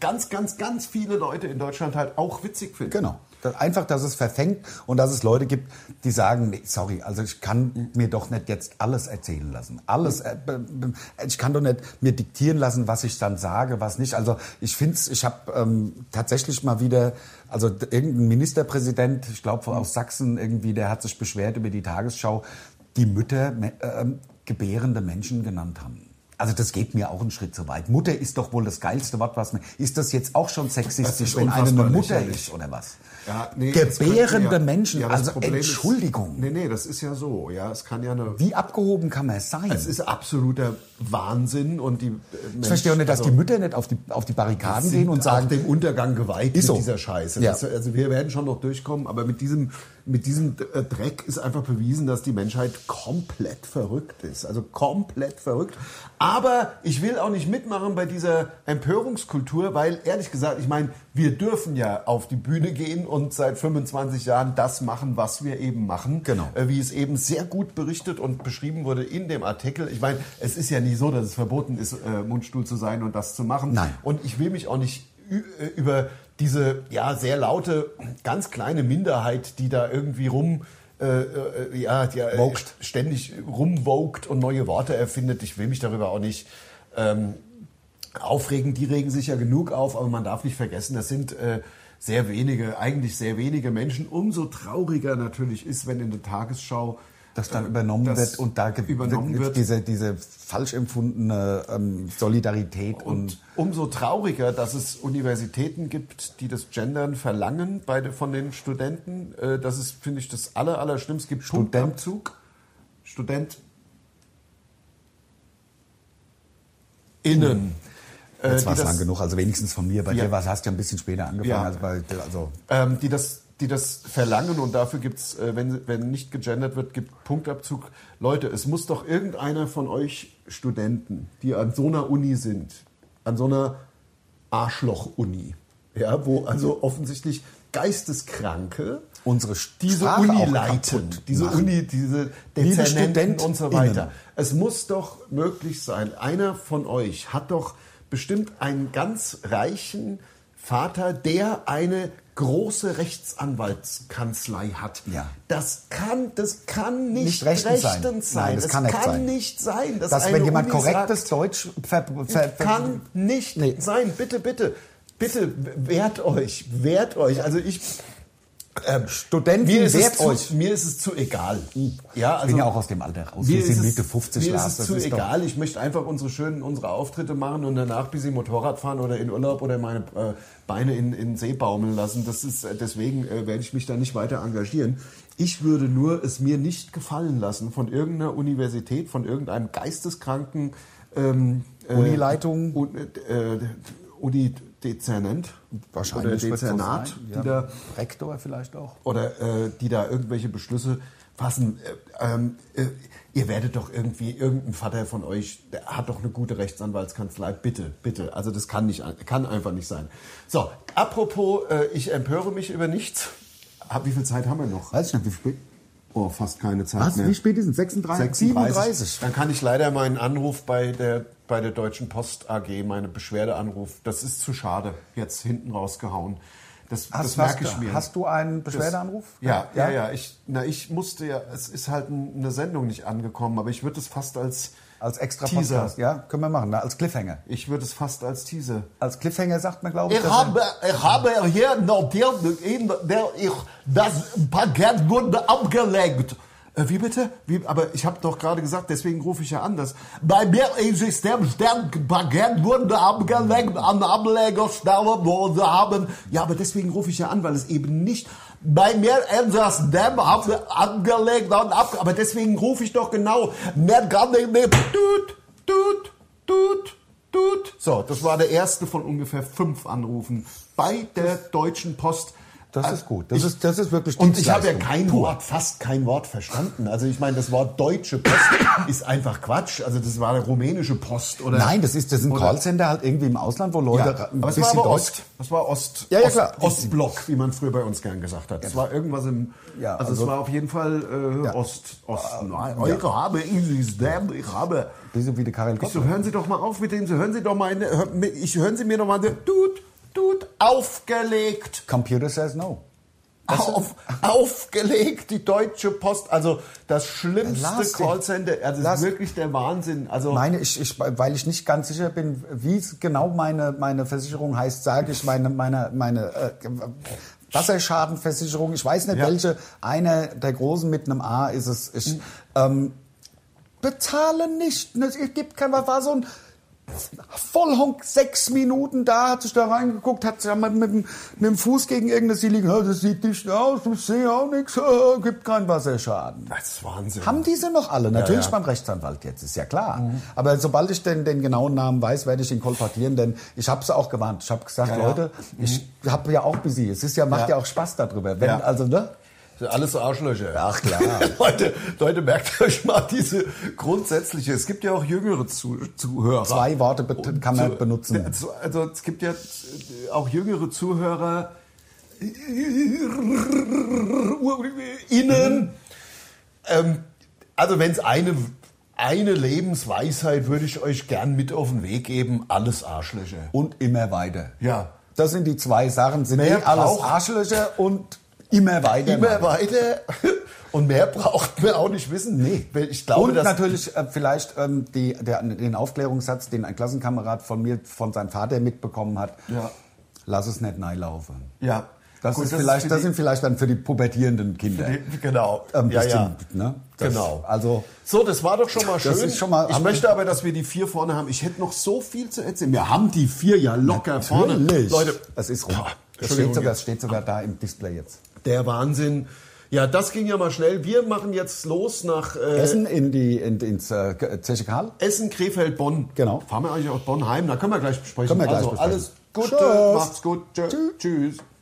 Speaker 3: ganz, ganz, ganz viele Leute in Deutschland halt auch witzig finden.
Speaker 4: Genau. Das- Einfach, dass es verfängt und dass es Leute gibt, die sagen, nee, sorry, also ich kann mir doch nicht jetzt alles erzählen lassen. Alles, äh, b- b- ich kann doch nicht mir diktieren lassen, was ich dann sage, was nicht. Also ich finde es, ich habe ähm, tatsächlich mal wieder, also d- irgendein Ministerpräsident, ich glaube aus Sachsen irgendwie, der hat sich beschwert über die Tagesschau, die Mütter me- ähm, gebärende Menschen genannt haben. Also das geht mir auch einen Schritt zu weit. Mutter ist doch wohl das geilste Wort, was man. Ist das jetzt auch schon sexistisch, wenn eine eine
Speaker 3: unfassbar
Speaker 4: Mutter
Speaker 3: lächerlich.
Speaker 4: ist oder was?
Speaker 3: Ja, nee, das könnte
Speaker 4: Gebärende
Speaker 3: ja-
Speaker 4: Menschen,
Speaker 3: ja, das
Speaker 4: also
Speaker 3: Problem ist-
Speaker 4: Entschuldigung.
Speaker 3: Nee, nee, das ist ja so. Ja, es kann ja eine.
Speaker 4: Wie abgehoben kann man sein?
Speaker 3: Es ist absoluter Wahnsinn und die. äh,
Speaker 4: ich
Speaker 3: Mensch,
Speaker 4: verstehe auch nicht, dass
Speaker 3: also-
Speaker 4: die Mütter nicht auf die, auf die Barrikaden
Speaker 3: sind
Speaker 4: gehen und
Speaker 3: auch
Speaker 4: sagen,
Speaker 3: dem Untergang geweiht
Speaker 4: Ist
Speaker 3: mit
Speaker 4: so.
Speaker 3: dieser Scheiße.
Speaker 4: Ja.
Speaker 3: Das, also wir werden schon noch durchkommen, aber mit diesem mit diesem D- äh, Dreck ist einfach bewiesen, dass die Menschheit komplett verrückt ist. Also komplett verrückt. Aber ich will auch nicht mitmachen bei dieser Empörungskultur, weil ehrlich gesagt, ich meine, wir dürfen ja auf die Bühne gehen und seit 25 Jahren das machen, was wir eben machen.
Speaker 4: Genau.
Speaker 3: Äh, wie es eben sehr gut berichtet und beschrieben wurde in dem Artikel. Ich meine, es ist ja nicht so, dass es verboten ist, äh, Mundstuhl zu sein und das zu machen.
Speaker 4: Nein.
Speaker 3: Und ich will mich auch nicht ü- äh, über diese ja sehr laute, ganz kleine Minderheit, die da irgendwie rum äh, äh, ja, die, äh,
Speaker 4: Wogt.
Speaker 3: ständig rumwogt und neue Worte erfindet. Ich will mich darüber auch nicht ähm, aufregen. Die regen sich ja genug auf, aber man darf nicht vergessen, das sind äh, sehr wenige, eigentlich sehr wenige Menschen. Umso trauriger natürlich ist, wenn in der Tagesschau
Speaker 4: das dann übernommen
Speaker 3: das
Speaker 4: wird und da ge-
Speaker 3: übernommen wird.
Speaker 4: diese, diese falsch empfundene ähm, Solidarität und,
Speaker 3: Und umso trauriger, dass es Universitäten gibt, die das Gendern verlangen bei, de- von den Studenten. Äh, Das ist, finde ich, das aller, Allerschlimmste. Es gibt Punktabzug. Student. Innen. Äh,
Speaker 4: jetzt
Speaker 3: die
Speaker 4: war es
Speaker 3: das-
Speaker 4: lang genug, also wenigstens von mir. Bei
Speaker 3: Ja.
Speaker 4: dir war's, hast du ja ein bisschen später angefangen.
Speaker 3: Ja.
Speaker 4: Also, bei, also
Speaker 3: ähm, die das die das verlangen und dafür gibt's, äh, wenn, wenn nicht gegendert wird, gibt Punktabzug. Leute, es muss doch irgendeiner von euch Studenten, die an so einer Uni sind, an so einer Arschloch-Uni, ja, wo also offensichtlich Geisteskranke
Speaker 4: unsere
Speaker 3: diese
Speaker 4: Sprache
Speaker 3: Uni
Speaker 4: auch
Speaker 3: leiten,
Speaker 4: kaputt
Speaker 3: diese
Speaker 4: machen.
Speaker 3: Uni, diese
Speaker 4: Liebe
Speaker 3: Dezernenten
Speaker 4: StudentInnen.
Speaker 3: und so weiter. Es muss doch möglich sein. Einer von euch hat doch bestimmt einen ganz reichen Vater, der eine große Rechtsanwaltskanzlei hat.
Speaker 4: Ja.
Speaker 3: Das kann, das kann
Speaker 4: Nicht
Speaker 3: nicht,
Speaker 4: rechtens sein. Nein, das
Speaker 3: Es
Speaker 4: kann
Speaker 3: kann,
Speaker 4: nicht sein.
Speaker 3: nicht sein, dass,
Speaker 4: dass
Speaker 3: eine
Speaker 4: wenn jemand
Speaker 3: Uni
Speaker 4: korrektes
Speaker 3: sagt,
Speaker 4: Deutsch ver, ver, ver,
Speaker 3: kann nicht
Speaker 4: Nee.
Speaker 3: sein. Bitte, bitte, bitte, wehrt euch, wehrt euch. Also ich ähm,
Speaker 4: Studenten,
Speaker 3: mir ist, es
Speaker 4: wehrt
Speaker 3: zu,
Speaker 4: euch. Hm.
Speaker 3: mir ist es zu egal. Ja, also
Speaker 4: Ich bin ja auch aus dem Alter raus.
Speaker 3: mir
Speaker 4: Wir
Speaker 3: ist
Speaker 4: sind
Speaker 3: es,
Speaker 4: Mitte 50
Speaker 3: mir
Speaker 4: Lars.
Speaker 3: ist es
Speaker 4: das
Speaker 3: zu
Speaker 4: ist doch-
Speaker 3: egal. Ich möchte einfach unsere schönen unsere Auftritte machen und danach bis ich Motorrad fahren oder in Urlaub oder meine äh, Beine in, in den See baumeln lassen. Das ist äh, deswegen äh, werde ich mich da nicht weiter engagieren. Ich würde nur es mir nicht gefallen lassen von irgendeiner Universität, von irgendeinem geisteskranken ähm, äh,
Speaker 4: Unileitung.
Speaker 3: Un- äh, Uni-Dezernent oder
Speaker 4: Wahrscheinlich wird's so
Speaker 3: Dezernat,
Speaker 4: sein.
Speaker 3: die
Speaker 4: Ja.
Speaker 3: da
Speaker 4: Rektor vielleicht auch.
Speaker 3: oder äh, die da irgendwelche Beschlüsse fassen. Äh, ähm, äh, ihr werdet doch irgendwie, irgendein Vater von euch der hat doch eine gute Rechtsanwaltskanzlei. Bitte, bitte. Also das kann, nicht, kann einfach nicht sein. So, apropos, äh, ich empöre mich über nichts. Hab, wie viel Zeit haben wir noch?
Speaker 4: Weiß ich nicht, wie spät?
Speaker 3: Oh, fast keine Zeit
Speaker 4: Was?
Speaker 3: mehr.
Speaker 4: Wie spät ist es? 36? 37.
Speaker 3: Dann kann ich leider meinen Anruf bei der, bei der Deutschen Post AG, meine Beschwerdeanruf, das ist zu schade, jetzt hinten rausgehauen. Das, das
Speaker 4: Hast,
Speaker 3: merke
Speaker 4: hast,
Speaker 3: ich mir.
Speaker 4: hast du einen Beschwerdeanruf?
Speaker 3: Ja, ja, ja. Ich, na, ich musste ja, es ist halt n- eine Sendung nicht angekommen, aber ich würde es fast als,
Speaker 4: Als extra
Speaker 3: Teaser.
Speaker 4: Podcast, ja? Können wir machen, na, als Cliffhanger.
Speaker 3: ich würde es fast als Teaser.
Speaker 4: Als Cliffhanger sagt man, glaube ich.
Speaker 1: Ich
Speaker 4: dass man-
Speaker 1: habe, ich habe hier notiert, in der ich das Paket wurde abgelegt.
Speaker 3: Äh, wie bitte? Wie, aber ich habe doch gerade gesagt, deswegen rufe ich ja an, dass
Speaker 1: Bei mir im System stand, Paket wurde abgelegt an Ablegerstellen, wo sie haben.
Speaker 3: Ja, aber deswegen rufe ich ja an, weil es eben nicht.
Speaker 1: Bei mir in das System haben sie abgelegt und ab.
Speaker 3: Aber deswegen rufe ich doch genau.
Speaker 1: Mehr kann ich nicht.
Speaker 3: Tut, tut, tut, tut. So, das war der erste von ungefähr fünf Anrufen bei der Deutschen Post.
Speaker 4: Das
Speaker 3: Äh,
Speaker 4: ist gut. Das,
Speaker 3: ich-
Speaker 4: ist, das ist wirklich
Speaker 3: Und ich habe ja
Speaker 4: Dienstleistung.
Speaker 3: kein Wort, fast kein Wort verstanden. Also ich meine, das Wort deutsche Post ist einfach Quatsch. Also das war eine rumänische Post oder
Speaker 4: Nein, das ist, das ist ein
Speaker 3: Oder-
Speaker 4: Callcenter halt irgendwie im Ausland, wo Leute
Speaker 3: ja,
Speaker 4: ein
Speaker 3: aber es war
Speaker 4: bisschen
Speaker 3: aber
Speaker 4: Deutsch.
Speaker 3: Ost. Das war Ost.
Speaker 4: Ja, ja,
Speaker 3: Ost,
Speaker 4: klar.
Speaker 3: Ostblock, wie man früher bei uns gern gesagt hat. Es war irgendwas im.
Speaker 4: Ja,
Speaker 3: also, es
Speaker 4: also-
Speaker 3: war auf jeden Fall äh,
Speaker 4: Ja. Ah,
Speaker 3: Ost. Osten.
Speaker 1: Ich habe in System, ich habe.
Speaker 4: Bisschen wie der Karel
Speaker 3: Ich
Speaker 4: Kopp.
Speaker 3: so, hören Sie doch mal auf mit dem. So, hören Sie doch mal. eine- hör- Ich hören Sie mir doch mal. eine- Tut, tut aufgelegt.
Speaker 4: Computer says no.
Speaker 3: auf, aufgelegt, die Deutsche Post. Also das schlimmste
Speaker 4: Lass den-
Speaker 3: Callcenter. Also das
Speaker 4: lass-
Speaker 3: ist wirklich der Wahnsinn. Also
Speaker 4: Meine, ich, ich, weil ich nicht ganz sicher bin, wie es genau meine, meine Versicherung heißt, sage ich meine, meine, meine äh, Wasserschadenversicherung. Ich weiß nicht,
Speaker 3: Ja. Hm.
Speaker 4: welche. Einer der großen mit einem A ist es. Ich, ähm, bezahle nicht. Ne, Es gibt kein, war so ein Vollhonk, sechs Minuten da, hat sich da reingeguckt, hat sich da mit, mit, dem- mit dem Fuß gegen irgendeine Sie liegen. Das sieht nicht aus, ich sehe auch nichts, äh, gibt keinen Wasserschaden.
Speaker 3: das ist Wahnsinn.
Speaker 4: Haben diese noch alle? Natürlich
Speaker 3: ja.
Speaker 4: beim Rechtsanwalt jetzt, ist ja klar. Aber sobald ich den, den genauen Namen weiß, werde ich ihn kolportieren, denn ich habe es auch gewarnt. Ich habe gesagt,
Speaker 3: Ja, ja.
Speaker 4: Leute, ich habe ja auch wie Sie. Es ist ja, macht ja.
Speaker 3: Ja.
Speaker 4: auch Spaß darüber. Wenn,
Speaker 3: Ja.
Speaker 4: Also, ne?
Speaker 3: sind alles Arschlöcher.
Speaker 4: Ach, klar.
Speaker 3: Leute, Leute, merkt euch mal diese grundsätzliche. Es gibt ja auch jüngere Zu Zuhörer.
Speaker 4: Zwei Worte bet- kann man
Speaker 3: Zu-
Speaker 4: benutzen.
Speaker 3: Also, also es gibt ja äh, auch jüngere Zuhörer innen. Ähm, also wenn es eine, eine Lebensweisheit würde ich euch gern mit auf den Weg geben, alles Arschlöcher.
Speaker 4: Und immer weiter.
Speaker 3: Ja.
Speaker 4: Das sind die zwei Sachen. Sind
Speaker 3: Mehr
Speaker 4: eh alles
Speaker 3: braucht-
Speaker 4: Arschlöcher und immer weiter.
Speaker 3: Immer
Speaker 4: machen.
Speaker 3: weiter. Und mehr braucht man auch nicht wissen.
Speaker 4: Nee.
Speaker 3: Weil Ich glaube,
Speaker 4: und
Speaker 3: dass
Speaker 4: natürlich äh, vielleicht ähm, die, der, den Aufklärungssatz, den ein Klassenkamerad von mir, von seinem Vater mitbekommen hat.
Speaker 3: Ja.
Speaker 4: Lass es nicht nein laufen.
Speaker 3: Ja.
Speaker 4: Das,
Speaker 3: Gut,
Speaker 4: ist
Speaker 3: das
Speaker 4: vielleicht,
Speaker 3: ist für
Speaker 4: das
Speaker 3: die-
Speaker 4: sind vielleicht dann für die pubertierenden Kinder.
Speaker 3: Genau.
Speaker 4: Ein
Speaker 3: ja, ja.
Speaker 4: bisschen, ne? Das-
Speaker 3: genau.
Speaker 4: also-
Speaker 3: so, das war doch schon mal schön.
Speaker 4: Das ist schon mal-
Speaker 3: ich
Speaker 4: haben-
Speaker 3: möchte aber, dass wir die
Speaker 5: vier vorne haben. Ich hätte noch so viel zu erzählen. Wir haben die vier ja locker vorne.
Speaker 4: Natürlich.
Speaker 3: Leute.
Speaker 4: das ist rum.
Speaker 3: Boah,
Speaker 4: Das steht,
Speaker 3: Entschuldigung,
Speaker 4: sogar,
Speaker 3: jetzt.
Speaker 4: das steht sogar da im Display jetzt.
Speaker 3: der Wahnsinn. Ja, das ging ja mal schnell. Wir machen jetzt los nach äh,
Speaker 4: Essen in die, in, ins äh, Zeche Karl.
Speaker 3: Essen, Krefeld, Bonn.
Speaker 4: Genau.
Speaker 3: Fahren wir eigentlich aus Bonn heim? Da können wir gleich besprechen.
Speaker 4: Können wir gleich
Speaker 3: also,
Speaker 4: besprechen.
Speaker 3: alles Gute,
Speaker 4: Tschüss.
Speaker 3: macht's gut. Tschö. Tschüss.